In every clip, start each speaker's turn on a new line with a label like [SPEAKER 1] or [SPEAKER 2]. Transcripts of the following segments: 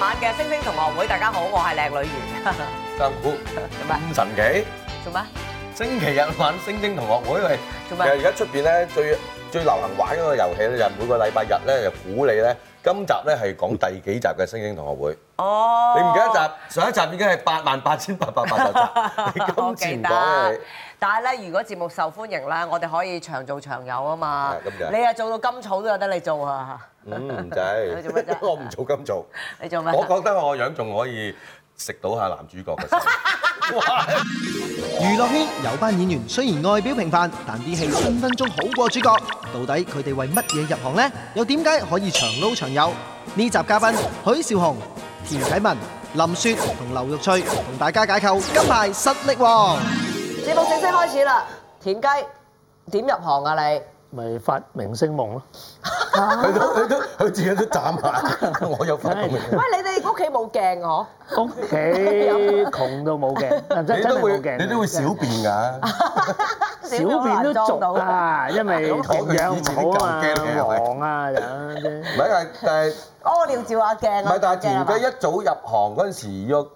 [SPEAKER 1] 晚嘅星星同學會，大家好，我係靚女員。
[SPEAKER 2] 三股
[SPEAKER 1] 咩
[SPEAKER 2] 咁神奇，
[SPEAKER 1] 做咩？
[SPEAKER 2] 星期日晚星星同學會係。
[SPEAKER 1] 做
[SPEAKER 2] 其實
[SPEAKER 1] 咩？
[SPEAKER 2] 而家出邊咧最最流行玩嗰個遊戲咧，就係每個禮拜日咧就估你咧。今集咧係講第幾集嘅《星星同學會》？
[SPEAKER 1] 哦，
[SPEAKER 2] 你唔記得集上一集已經係八萬八千八百八 十集，
[SPEAKER 1] 我
[SPEAKER 2] 你
[SPEAKER 1] 記
[SPEAKER 2] 今次唔講
[SPEAKER 1] 得
[SPEAKER 2] 咧，，
[SPEAKER 1] 但係咧，如果節目受歡迎咧，我哋可以長做長有啊嘛
[SPEAKER 2] 係咁。就
[SPEAKER 1] 你啊做到金草都有得你做啊！
[SPEAKER 2] 你嗯唔
[SPEAKER 1] 你做乜
[SPEAKER 2] 制
[SPEAKER 1] 啫，
[SPEAKER 2] 我唔做咁做。
[SPEAKER 1] 你做咩？
[SPEAKER 2] 我覺得我個樣仲可以食到下男主角嘅手。哇
[SPEAKER 3] 娛樂圈有班演員雖然外表平凡，但啲戲分分鐘好過主角。到底佢哋為乜嘢入行呢？又點解可以長撈長有？呢集嘉賓許紹雄、田啟文、林雪同劉玉翠同大家解構金牌實力王。
[SPEAKER 1] 節目正式開始啦，田雞點入行啊你？
[SPEAKER 4] 咪發明星夢咯，
[SPEAKER 2] 佢都佢都佢自己都眨下，我有發覺。
[SPEAKER 1] 喂，你哋屋企冇鏡啊
[SPEAKER 4] 屋企窮到冇鏡，啊真
[SPEAKER 2] 你都
[SPEAKER 4] 真係
[SPEAKER 2] 會
[SPEAKER 4] 冇
[SPEAKER 2] 你
[SPEAKER 4] 鏡，
[SPEAKER 2] 都會小便㗎。
[SPEAKER 1] 嗬？
[SPEAKER 4] 小便都
[SPEAKER 1] 到
[SPEAKER 4] 俗啊，因為營養唔好
[SPEAKER 2] 咁佢以前啲舊鏡嚟嘅
[SPEAKER 4] 啊，忙啊咁啫。
[SPEAKER 2] 唔係，但係但係。
[SPEAKER 1] 屙尿照下鏡
[SPEAKER 2] 唔
[SPEAKER 1] 啊！
[SPEAKER 2] 係，但係田雞
[SPEAKER 1] 鏡啊
[SPEAKER 2] 一早入行嗰陣時，我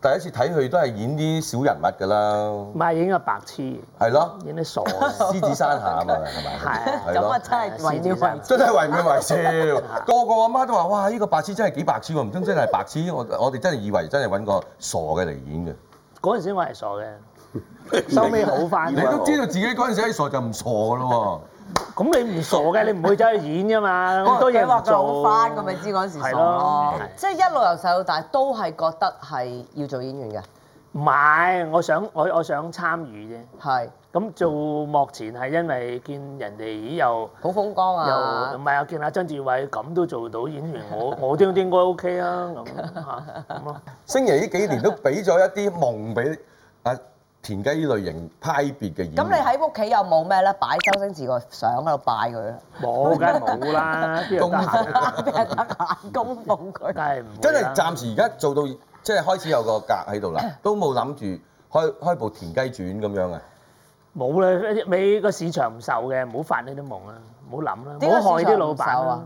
[SPEAKER 2] 第一次睇佢都係演啲小人物㗎啦，
[SPEAKER 4] 唔係影個白痴，影
[SPEAKER 2] 係咯，
[SPEAKER 4] 啲傻
[SPEAKER 2] 獅子山下啊嘛，係咪？
[SPEAKER 4] 係
[SPEAKER 1] 嘛咁
[SPEAKER 2] Dạ,
[SPEAKER 1] 啊，真係為了為。
[SPEAKER 2] 真係為妙為笑， 個個阿媽都話：哇！呢個白痴真係幾白痴喎，唔通真係白痴？我我哋真係以為真係揾個傻嘅嚟演嘅。
[SPEAKER 4] 嗰陣時我係傻嘅，收尾好翻。
[SPEAKER 2] 你都知道自己嗰陣時係傻就唔傻㗎咯
[SPEAKER 4] 咁你唔傻嘅，你唔會走去演噶嘛，咁多
[SPEAKER 1] 你
[SPEAKER 4] 嘢
[SPEAKER 1] 話
[SPEAKER 4] 唔
[SPEAKER 1] 佢好
[SPEAKER 4] 做。
[SPEAKER 1] 翻，我咪知嗰陣時傻
[SPEAKER 4] 係
[SPEAKER 1] 咯
[SPEAKER 4] 咯。
[SPEAKER 1] 即係一路由細到大都係覺得係要做演員嘅，
[SPEAKER 4] 唔係，我想我我想參與啫。
[SPEAKER 1] 係
[SPEAKER 4] 咁做幕前係因為見人哋咦又。
[SPEAKER 1] 好風光
[SPEAKER 4] 又
[SPEAKER 1] 啊
[SPEAKER 4] 唔！係我見阿曾志偉咁都做到演員，我我都應該 OK 啊咁嚇咁咯。
[SPEAKER 2] 喎。星爺呢幾年都俾咗一啲夢俾阿田雞呢類型派別嘅演員。
[SPEAKER 1] 咁你喺屋企有冇咩咧？擺周星馳個相喺度拜佢啦，
[SPEAKER 4] 冇梗係冇啦，邊有得閒啊？
[SPEAKER 1] 俾人得閒供奉 佢
[SPEAKER 4] 梗。係
[SPEAKER 1] 啊
[SPEAKER 4] 唔會啦
[SPEAKER 2] 真係暫時而家做到即係開始有個格 喺度啦，都冇諗住開開部田雞轉咁樣啊！
[SPEAKER 4] 冇啦，美個市場唔受嘅，唔好發呢啲夢啦，唔好諗啦，
[SPEAKER 1] 點
[SPEAKER 4] 唔
[SPEAKER 1] 解
[SPEAKER 4] 好害
[SPEAKER 1] 市場
[SPEAKER 4] 啲
[SPEAKER 1] 唔
[SPEAKER 4] 老闆
[SPEAKER 1] 受
[SPEAKER 4] 啦
[SPEAKER 1] 啊。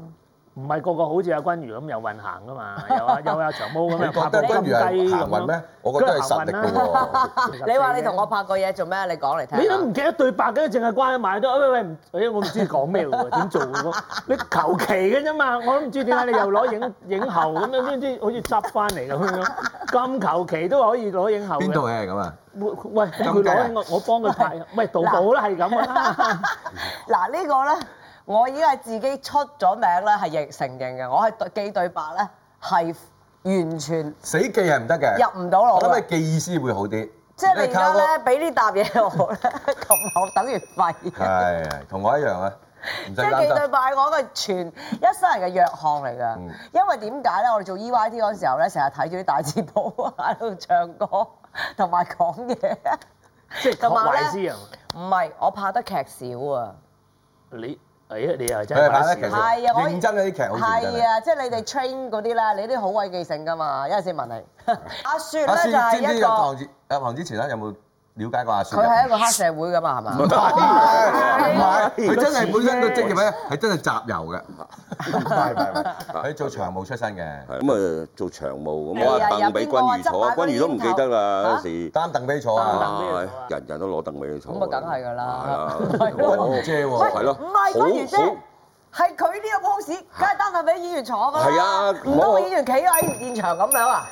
[SPEAKER 4] 唔係個個好似阿君如咁有運行噶嘛，有啊有啊長毛 咁
[SPEAKER 2] 你
[SPEAKER 4] 樣
[SPEAKER 2] 覺
[SPEAKER 4] 拍
[SPEAKER 2] 得
[SPEAKER 4] 部
[SPEAKER 2] 君
[SPEAKER 4] 金
[SPEAKER 2] 如係
[SPEAKER 4] 雞
[SPEAKER 2] 行
[SPEAKER 4] 咁
[SPEAKER 2] 運
[SPEAKER 4] 咯
[SPEAKER 2] 咩。？我覺得係實力嘅喎。
[SPEAKER 1] 你話你同我拍過嘢做咩？你講嚟聽下。
[SPEAKER 4] 你都唔記得對白嘅，淨係掛喺埋都，喂喂唔，哎我唔知講咩 喎，點做喎？你求其嘅啫嘛，我都唔知點解你又攞 影影後咁樣，即好似執翻嚟咁樣，咁求其都可以攞影後 嘅。
[SPEAKER 2] 邊度嘅係咁啊？
[SPEAKER 4] 喂？喂，
[SPEAKER 2] 咁
[SPEAKER 4] 佢
[SPEAKER 2] 計啊
[SPEAKER 4] 攞我，我幫佢 拍。喂，杜寶啦，係咁啊。
[SPEAKER 1] 嗱呢個咧，我已經係自己出咗名咧，係認承認嘅。我係對記對白咧，係完全
[SPEAKER 2] 死記係唔得嘅，
[SPEAKER 1] 入唔到
[SPEAKER 2] 我
[SPEAKER 1] 腦
[SPEAKER 2] 諗
[SPEAKER 1] 嘅。
[SPEAKER 2] 你記意思會好啲。
[SPEAKER 1] 即係你而家
[SPEAKER 2] 靠個
[SPEAKER 1] 咧，俾呢沓嘢我咧， 咁我等於廢。
[SPEAKER 2] 係係同我一樣 啊，唔使
[SPEAKER 1] 即係記
[SPEAKER 2] 擔
[SPEAKER 1] 對
[SPEAKER 2] 心。
[SPEAKER 1] 白，我個全一生人嘅弱項嚟㗎。
[SPEAKER 2] 嗯
[SPEAKER 1] 因為點解咧？我哋做 EYT 嗰陣時候咧，成日睇住啲大字報啊喺度唱歌 同埋講嘢。
[SPEAKER 4] 即係
[SPEAKER 1] 同埋
[SPEAKER 4] 懷
[SPEAKER 1] 呢
[SPEAKER 4] 斯啊！
[SPEAKER 1] 唔係，我拍得劇少啊。
[SPEAKER 4] 你哎呀，你又真
[SPEAKER 2] 佢係
[SPEAKER 4] 係
[SPEAKER 2] 拍得
[SPEAKER 4] 懷
[SPEAKER 2] 劇
[SPEAKER 4] 斯
[SPEAKER 2] 少
[SPEAKER 4] 啊。
[SPEAKER 1] 係啊，我
[SPEAKER 2] 認真啊啲劇好認真啊
[SPEAKER 1] 係啊，即係你哋 train 嗰啲咧，你啲好鬼記性㗎嘛。一陣先問你， 阿雪
[SPEAKER 2] 嗯阿雪，
[SPEAKER 1] 咧就
[SPEAKER 2] 知唔
[SPEAKER 1] 係
[SPEAKER 2] 知
[SPEAKER 1] 一
[SPEAKER 2] 入
[SPEAKER 1] 個，
[SPEAKER 2] 行之入行之前咧有冇了解過阿雪入
[SPEAKER 1] 佢
[SPEAKER 2] 行？
[SPEAKER 1] 係一個黑社會㗎嘛，係嘛？
[SPEAKER 2] 唔係，啊佢真係本身個職業咧係真係集郵嘅，唔係唔係，佢做長務出身嘅，
[SPEAKER 5] 咁啊做長務，
[SPEAKER 1] 係
[SPEAKER 5] 咁
[SPEAKER 1] 啊
[SPEAKER 5] 我話凳俾君如坐啊，君如都唔記得啦，
[SPEAKER 1] 嚇
[SPEAKER 5] 有時
[SPEAKER 2] 擔凳俾坐啊，
[SPEAKER 4] 凳俾佢坐啊
[SPEAKER 5] 唉人人都攞凳俾佢坐。
[SPEAKER 1] 咁啊梗係㗎啦
[SPEAKER 5] 係啊
[SPEAKER 1] 係
[SPEAKER 2] 君
[SPEAKER 1] 咯
[SPEAKER 5] 我
[SPEAKER 2] 如姐
[SPEAKER 1] 喂
[SPEAKER 2] 喎。
[SPEAKER 5] 係咯
[SPEAKER 1] 唔係嗰
[SPEAKER 5] 好
[SPEAKER 1] 如姐
[SPEAKER 5] 好，
[SPEAKER 1] 係佢呢個 pose，梗係單係俾演員坐㗎啦。
[SPEAKER 5] 係啊
[SPEAKER 1] 唔通
[SPEAKER 5] 我
[SPEAKER 1] 演員企喺現場咁樣啊？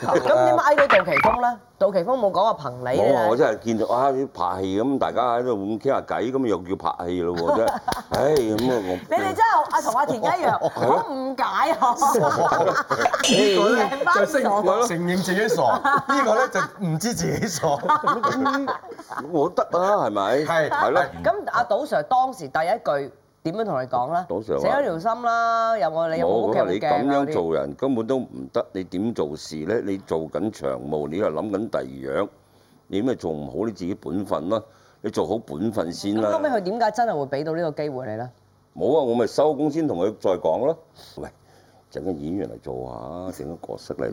[SPEAKER 1] 咁點解嗌到杜琪峰咧？杜琪峰冇講話憑你
[SPEAKER 5] 冇啊！我
[SPEAKER 1] 咧。
[SPEAKER 5] 真係見到啊，啲拍戲咁，大家喺度咁傾下偈，咁又叫拍戲咯喎，真係，唉咁啊
[SPEAKER 1] 你
[SPEAKER 5] 我
[SPEAKER 1] 哋真係阿同阿田一 樣，好誤解啊！
[SPEAKER 2] 呢個咧
[SPEAKER 1] 成
[SPEAKER 2] 就
[SPEAKER 1] 班傻
[SPEAKER 2] 承承認自己傻， 呢個咧就唔知自己 傻。
[SPEAKER 5] 我得啊，係咪？
[SPEAKER 2] 係
[SPEAKER 5] 係咯，
[SPEAKER 1] 咁阿賭 Sir 當時第一句點樣同你講咧？
[SPEAKER 5] 賭 Sir
[SPEAKER 1] 死
[SPEAKER 5] 話
[SPEAKER 1] 咗條心啦！有冇你有冇
[SPEAKER 5] 我
[SPEAKER 1] 屋企
[SPEAKER 5] 覺
[SPEAKER 1] 有
[SPEAKER 5] 得
[SPEAKER 1] 冇
[SPEAKER 5] 你
[SPEAKER 1] 鏡啊嗰
[SPEAKER 5] 咁樣
[SPEAKER 1] 啲
[SPEAKER 5] 做人根本都唔得，你點做事咧？你做緊長務，你又諗緊第二樣，你咪做唔好你自己本分咯。你做好本分先
[SPEAKER 1] 咁
[SPEAKER 5] 啦。
[SPEAKER 1] 後尾佢點解真係會俾到呢個機會你咧？
[SPEAKER 5] 冇啊，我咪收工先同佢再講咯。喂，整個演員嚟做下，整個角色嚟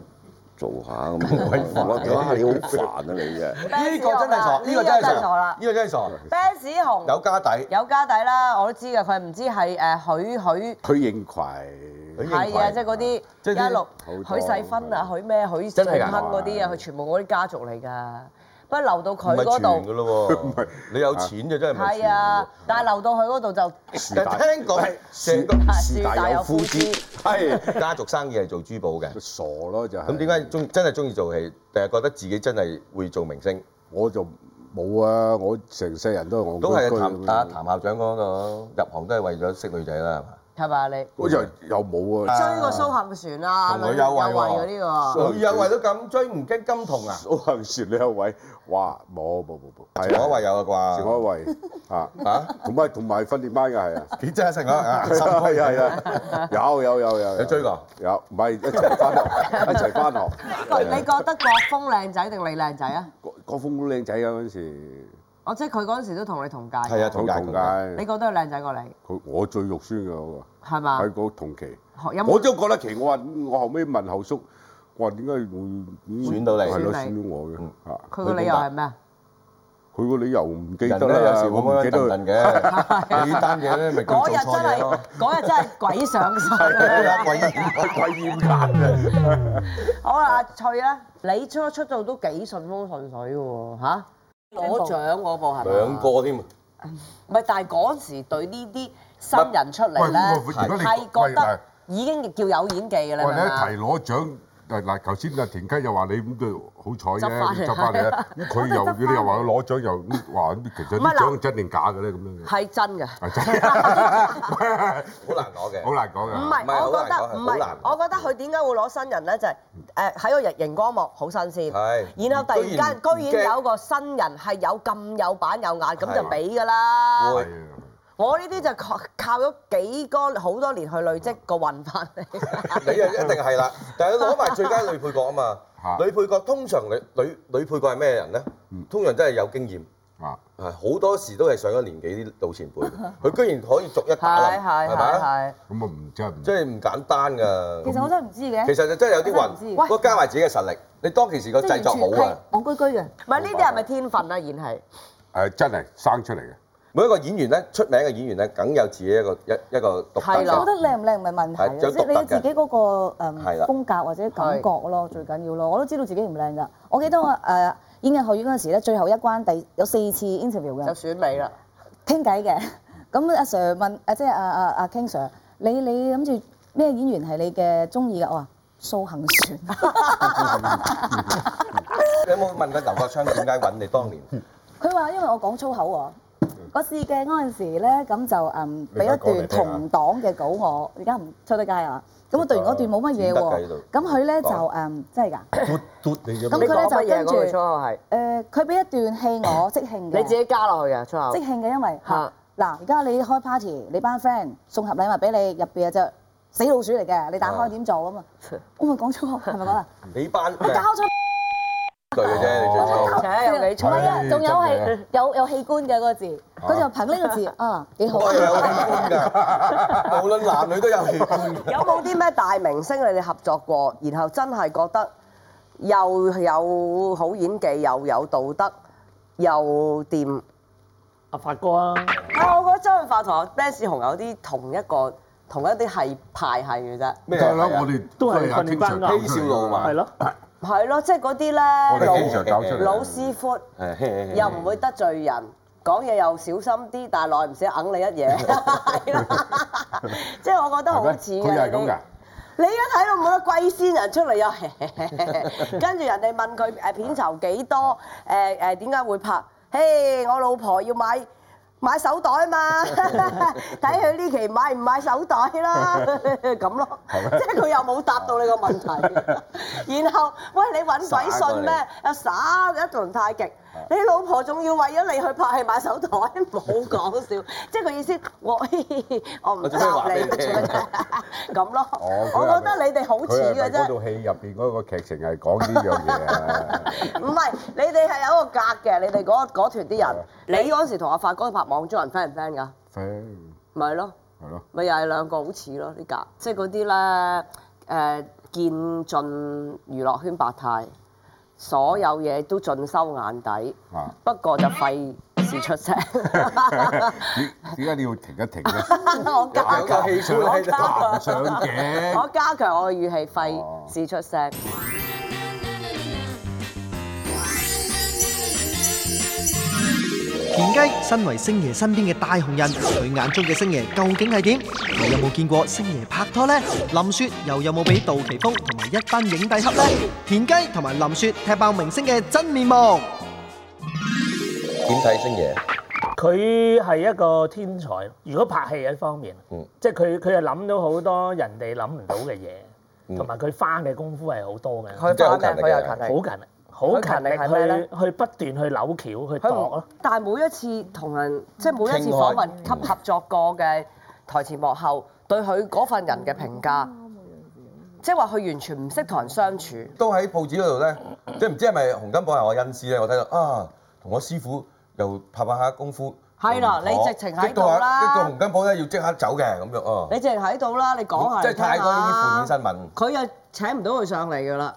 [SPEAKER 5] 做下咁。
[SPEAKER 2] 鬼煩
[SPEAKER 5] 我覺得哇，你好煩啊你啫！
[SPEAKER 2] 呢個真係傻，呢個真係傻，呢個真係傻，
[SPEAKER 1] Benz 紅
[SPEAKER 2] 有家底。
[SPEAKER 1] 有家底啦，我都知嘅。佢唔知係誒許許
[SPEAKER 6] 許應葵
[SPEAKER 2] 佢認為
[SPEAKER 1] 係啊，即係嗰啲
[SPEAKER 2] 即係啲
[SPEAKER 1] 一路許世芬啊、許咩、許
[SPEAKER 2] 真
[SPEAKER 1] 俊
[SPEAKER 2] 係㗎
[SPEAKER 1] 亨嗰啲啊，佢全部我啲家族嚟㗎。不過留到
[SPEAKER 2] 唔
[SPEAKER 1] 佢嗰
[SPEAKER 2] 係全㗎
[SPEAKER 1] 度，
[SPEAKER 2] 咯喎，你有錢就真係唔係
[SPEAKER 1] 係
[SPEAKER 2] 全㗎
[SPEAKER 1] 啊，但係留到佢嗰度就
[SPEAKER 2] 喎。但係聽講成個
[SPEAKER 1] 樹大有枯枝。
[SPEAKER 2] 係家族生意係做珠寶嘅，
[SPEAKER 6] 傻咯就係。
[SPEAKER 2] 咁點解中真係中意做戲？定係覺得自己真係會做明星？
[SPEAKER 6] 我就冇啊！我成世人都係我
[SPEAKER 2] 都係譚啊譚校長講咯，入行都係為咗識女仔啦，係嘛？
[SPEAKER 1] 係嘛你？
[SPEAKER 6] 我就又冇 啊！
[SPEAKER 1] 追過蘇杏璇啊，
[SPEAKER 2] 同
[SPEAKER 1] 女
[SPEAKER 2] 女
[SPEAKER 1] 友
[SPEAKER 2] 友
[SPEAKER 1] 惠
[SPEAKER 2] 惠喎
[SPEAKER 1] 嗰啲喎，
[SPEAKER 2] 女友為咗咁追唔驚金童啊？
[SPEAKER 6] 蘇杏璇你有位，哇！冇冇冇冇，係
[SPEAKER 2] 我為有啊
[SPEAKER 6] 啊，
[SPEAKER 2] 啩？
[SPEAKER 6] 我位啊，
[SPEAKER 2] 啊，
[SPEAKER 6] 同埋同埋訓練班㗎係啊。
[SPEAKER 2] 幾真 係成啊！啊心虛
[SPEAKER 6] 係啊係啊， 有有有有，
[SPEAKER 2] 有追過？
[SPEAKER 6] 有，唔係一齊翻學， 一齊翻學。
[SPEAKER 1] 你覺得國風靚仔定你靚仔啊？
[SPEAKER 6] 郭郭峰都靚仔㗎嗰陣時，
[SPEAKER 1] 我即係佢嗰陣時都同你同屆。
[SPEAKER 2] 係啊
[SPEAKER 6] 好
[SPEAKER 2] 同屆
[SPEAKER 1] 你
[SPEAKER 6] 同屆。
[SPEAKER 1] 覺得佢靚仔過你
[SPEAKER 6] 佢我最肉酸㗎嗰
[SPEAKER 1] 係
[SPEAKER 6] 個，
[SPEAKER 1] 嘛？
[SPEAKER 6] 喺嗰同期。
[SPEAKER 1] 有
[SPEAKER 6] 我
[SPEAKER 1] 冇
[SPEAKER 6] 都覺得奇，我話我後尾問後叔，我話點解會
[SPEAKER 7] 嗯
[SPEAKER 6] 選
[SPEAKER 2] 到你
[SPEAKER 6] 係咯，
[SPEAKER 1] 選
[SPEAKER 6] 選
[SPEAKER 1] 你
[SPEAKER 6] 到我嘅
[SPEAKER 2] 嗯
[SPEAKER 6] 嚇。
[SPEAKER 1] 佢個理由係咩啊？
[SPEAKER 6] 佢個理由唔記
[SPEAKER 2] 人
[SPEAKER 6] 得
[SPEAKER 2] 咧有
[SPEAKER 6] 啦，
[SPEAKER 2] 時會
[SPEAKER 6] 我唔
[SPEAKER 2] 懵
[SPEAKER 6] 記
[SPEAKER 2] 懵
[SPEAKER 6] 得
[SPEAKER 2] 頓頓
[SPEAKER 6] 佢。
[SPEAKER 2] 嘅，呢單嘢咧咪叫
[SPEAKER 1] 嗰
[SPEAKER 2] 做
[SPEAKER 1] 日
[SPEAKER 2] 錯
[SPEAKER 1] 真
[SPEAKER 2] 嘢
[SPEAKER 1] 係
[SPEAKER 2] 咯。
[SPEAKER 1] 嗰日真係鬼上
[SPEAKER 2] 係啊
[SPEAKER 1] 身。
[SPEAKER 2] 鬼
[SPEAKER 6] 鬼厭 眼啊！
[SPEAKER 1] 好啦，阿翠啊，你初出道都幾順風順水嘅喎嚇，攞獎嗰部係咪？
[SPEAKER 2] 兩個添啊！
[SPEAKER 1] 唔係，但係嗰時對呢啲新人出嚟咧，
[SPEAKER 7] 喂喂如果你
[SPEAKER 1] 係覺
[SPEAKER 7] 喂
[SPEAKER 1] 得已經叫有演技嘅啦，
[SPEAKER 7] 喂，你
[SPEAKER 1] 明啊嘛
[SPEAKER 7] 一提攞獎，嗱嗱，頭先阿田雞又話你咁就好彩
[SPEAKER 1] 執返嚟
[SPEAKER 7] 啫，執翻嚟啦。咁佢又你又話佢攞獎又咁話，咁其實
[SPEAKER 1] 唔係
[SPEAKER 7] 啲
[SPEAKER 1] 嗱
[SPEAKER 7] 獎真定假嘅咧咁樣嘅
[SPEAKER 1] 係真嘅。
[SPEAKER 7] 啊，真 係
[SPEAKER 2] 好難攞嘅，
[SPEAKER 7] 好難講啊
[SPEAKER 1] 唔
[SPEAKER 7] 嘅。
[SPEAKER 1] 係，
[SPEAKER 2] 唔係
[SPEAKER 1] 我覺
[SPEAKER 2] 好
[SPEAKER 1] 得
[SPEAKER 2] 難
[SPEAKER 1] 唔
[SPEAKER 2] 講係好
[SPEAKER 1] 係
[SPEAKER 2] 難，
[SPEAKER 1] 我覺得佢點解會攞新人咧？就係誒喺個日熒光幕好新鮮，
[SPEAKER 2] 係
[SPEAKER 1] 然後突然
[SPEAKER 2] 居然
[SPEAKER 1] 間
[SPEAKER 2] 唔驚
[SPEAKER 1] 居然有個新人係有咁有板有眼，咁就
[SPEAKER 2] 係
[SPEAKER 1] 俾㗎啦。
[SPEAKER 2] 會
[SPEAKER 7] 係啊
[SPEAKER 1] 我呢啲就靠靠咗幾個好多年去累積個運翻嚟。
[SPEAKER 2] 你啊一定係啦，但係攞埋最佳女配角啊
[SPEAKER 6] À.
[SPEAKER 2] 嘛。
[SPEAKER 7] 嚇
[SPEAKER 2] 女配角通常女女女配角係咩人咧？通常真係有經驗，
[SPEAKER 7] 啊！
[SPEAKER 2] 係好多時都係上咗年紀啲老前 輩嘅。佢居然可以逐一打冧
[SPEAKER 1] 係係
[SPEAKER 2] 係咪啊？
[SPEAKER 1] 係
[SPEAKER 7] 咁我唔真係唔
[SPEAKER 2] 即係唔簡單
[SPEAKER 8] 其實
[SPEAKER 2] 㗎。
[SPEAKER 8] 我真係唔知嘅，
[SPEAKER 2] 其實就真係有啲
[SPEAKER 8] 我真係唔
[SPEAKER 2] 運，
[SPEAKER 8] 知
[SPEAKER 2] 不過加埋自己嘅實力，你當其時個
[SPEAKER 8] 即係
[SPEAKER 2] 製
[SPEAKER 8] 完
[SPEAKER 2] 作
[SPEAKER 8] 全
[SPEAKER 2] 好
[SPEAKER 8] 係
[SPEAKER 2] 啊。
[SPEAKER 8] 戇居居嘅。
[SPEAKER 1] 係，唔係呢啲係咪天分啊？演戲
[SPEAKER 7] 誒真係生出嚟嘅。
[SPEAKER 2] 每一個演員咧，出名嘅演員咧，梗有自己一個一一個獨特
[SPEAKER 1] 係啦
[SPEAKER 8] 我覺
[SPEAKER 2] 嘅。
[SPEAKER 8] 得靚唔靚唔係問題
[SPEAKER 2] 係
[SPEAKER 8] 嘅，
[SPEAKER 2] 有
[SPEAKER 8] 即係你
[SPEAKER 2] 獨特
[SPEAKER 8] 要
[SPEAKER 2] 嘅
[SPEAKER 8] 自己嗰個
[SPEAKER 2] 係
[SPEAKER 8] 誒
[SPEAKER 2] 啦
[SPEAKER 8] 風格或者感覺咯，最緊要咯。我都知道自己唔靚㗎。我記得我誒演藝學院嗰陣時咧，最後一關第有四次 interview
[SPEAKER 1] 就
[SPEAKER 8] 嘅
[SPEAKER 1] 選美啦。
[SPEAKER 8] 傾偈 嘅。咁阿 Sir à, 問誒，即係阿阿阿 King Sir，你你諗住咩演員係你嘅中意嘅？我話蘇杏 璇。
[SPEAKER 2] 你有冇問過劉國昌點解揾你當年？
[SPEAKER 8] 佢話因為我講粗口喎，我試鏡嗰陣時咧，咁就誒俾一段同黨嘅稿我，而家唔出得街啊。咁我讀完嗰段冇乜嘢
[SPEAKER 2] 唔得㗎
[SPEAKER 8] 喎，咁佢咧就
[SPEAKER 2] 講
[SPEAKER 8] 誒真係㗎。
[SPEAKER 2] 嘟嘟你嘅
[SPEAKER 8] 咁佢咧就跟
[SPEAKER 1] 嗰句粗
[SPEAKER 8] 住
[SPEAKER 1] 口係
[SPEAKER 8] 誒，呃佢俾一段戲我即興嘅，
[SPEAKER 1] 你自己加落去嘅粗口
[SPEAKER 8] 即。興嘅，因為
[SPEAKER 1] 嚇
[SPEAKER 8] 嚇嗱，而家你開 party，你班 friend 送盒禮物俾你，入邊有隻死老鼠嚟嘅，你打
[SPEAKER 2] 啊
[SPEAKER 8] 開點做咁啊？我咪講粗口係咪講啊？
[SPEAKER 2] 你班
[SPEAKER 8] 我 搞錯。
[SPEAKER 2] 句嘅啫，你最初。
[SPEAKER 1] 且有幾粗
[SPEAKER 6] Dạ.
[SPEAKER 8] 唔係啊，
[SPEAKER 7] 唉
[SPEAKER 8] 仲有
[SPEAKER 7] 真
[SPEAKER 8] 係有有器官嘅嗰個字，佢就憑呢個字啊幾好
[SPEAKER 2] 都。係有器官㗎，無論男女都有器官。
[SPEAKER 1] 有冇啲咩大明星你哋合作過，然後真係覺得又有好演技，又有道德，又掂？
[SPEAKER 4] 阿發哥啊，
[SPEAKER 1] 啊，我覺得周潤發同阿 Ben 士雄有啲同一個同一啲係派系嘅啫，
[SPEAKER 2] 咩
[SPEAKER 7] 梗係啦，我哋
[SPEAKER 4] 都係
[SPEAKER 7] 阿
[SPEAKER 4] 訓練班㗎
[SPEAKER 2] 嬉笑怒罵
[SPEAKER 4] 係咯，
[SPEAKER 6] À,
[SPEAKER 1] 係咯，即係嗰
[SPEAKER 7] 我哋經
[SPEAKER 1] 啲
[SPEAKER 7] 常搞出
[SPEAKER 1] 咧
[SPEAKER 7] 嚟。
[SPEAKER 1] 老老師傅又唔會得罪人，講嘢又小心啲，但係耐唔少揞你 一嘢，係啦即係我覺得
[SPEAKER 7] 係
[SPEAKER 1] 好
[SPEAKER 7] 咩
[SPEAKER 1] 似嘅
[SPEAKER 7] 佢又係咁
[SPEAKER 1] 你
[SPEAKER 7] 㗎。
[SPEAKER 1] 你一睇到冇得貴先人出嚟又 跟住人哋問佢誒片酬幾多？誒誒點解會拍？嘿，我老婆要買買手袋嘛， 睇佢呢期買唔買手袋啦， 咁咯，即係佢又冇答到你個問 題。然後喂，你揾鬼信咩？又耍一輪太極。你老婆仲要為咗你去拍戲買手袋，冇講笑，即係佢意思，我我唔
[SPEAKER 2] 我做咩
[SPEAKER 1] 答
[SPEAKER 2] 話
[SPEAKER 1] 你
[SPEAKER 2] 俾你 聽
[SPEAKER 1] 咁咯。
[SPEAKER 6] 哦佢
[SPEAKER 1] 我
[SPEAKER 6] 係
[SPEAKER 1] 覺得你哋好似嘅
[SPEAKER 6] 嗰
[SPEAKER 1] 啫，
[SPEAKER 6] 套戲入邊嗰個劇情係講呢樣嘢啊！
[SPEAKER 1] 唔係你哋係有一個格嘅，你哋嗰嗰團啲
[SPEAKER 6] 哦
[SPEAKER 1] 人，你嗰陣時同阿發哥拍網中人 friend 唔 friend 㗎？
[SPEAKER 6] friend
[SPEAKER 1] 咪係咯，
[SPEAKER 6] 係咯，
[SPEAKER 1] 咪又係兩個好似咯啲格，即係嗰啲咧誒見盡娛樂圈百態，所有嘢都盡收眼底，
[SPEAKER 6] 啊
[SPEAKER 1] 不過就費事時出 聲，
[SPEAKER 7] 點點解你要停一停咧？
[SPEAKER 1] 我加
[SPEAKER 2] 有個
[SPEAKER 1] 強
[SPEAKER 2] 氣管喺度。
[SPEAKER 7] 爬上頸。
[SPEAKER 1] 我加強我嘅語氣，
[SPEAKER 6] 哦
[SPEAKER 1] 費事出聲。
[SPEAKER 3] 田雞身為星爺身邊嘅大紅人，佢眼中嘅星爺究竟係點？佢有冇見過星爺拍拖呢？林雪又有冇俾杜琪峰同埋一班影帝恰呢？田雞同埋林雪踢爆明星嘅真面目。
[SPEAKER 2] 點睇星爺？
[SPEAKER 4] 佢係一個天才，如果拍戲嗰方面，
[SPEAKER 2] 嗯
[SPEAKER 4] 即係佢佢係諗到好多人哋諗唔到嘅
[SPEAKER 2] 嗯
[SPEAKER 4] 嘢，同埋佢花嘅功夫係好多嘅，好
[SPEAKER 2] 佢真係好勤力嘅
[SPEAKER 4] 勤力，好勤
[SPEAKER 1] 佢
[SPEAKER 4] 力
[SPEAKER 1] 勤力係咩呢
[SPEAKER 4] 去去不斷去扭橋去度咯。
[SPEAKER 1] 但係每一次同人即係每一次
[SPEAKER 2] 啊嗯傾
[SPEAKER 1] 訪
[SPEAKER 2] 開嗯
[SPEAKER 1] 問及合作過嘅台前幕後，對佢嗰份人嘅評價，即係話佢完全唔識同人相處。
[SPEAKER 2] 都喺報紙嗰度咧，
[SPEAKER 1] 嗯
[SPEAKER 2] 即係唔知係咪洪金寶係我恩師咧？我睇到啊，同我師傅又拍拍下功夫。
[SPEAKER 1] 係啦
[SPEAKER 2] 又唔妥
[SPEAKER 1] 你直情喺度啦
[SPEAKER 2] 激到啊激到洪金寶咧要即刻走嘅咁樣哦。
[SPEAKER 1] 你淨係喺度啦，你講下嚟
[SPEAKER 2] 嗯即係
[SPEAKER 1] 聽下
[SPEAKER 2] 太多呢啲負面新聞。
[SPEAKER 1] 佢又請唔到佢上嚟㗎啦。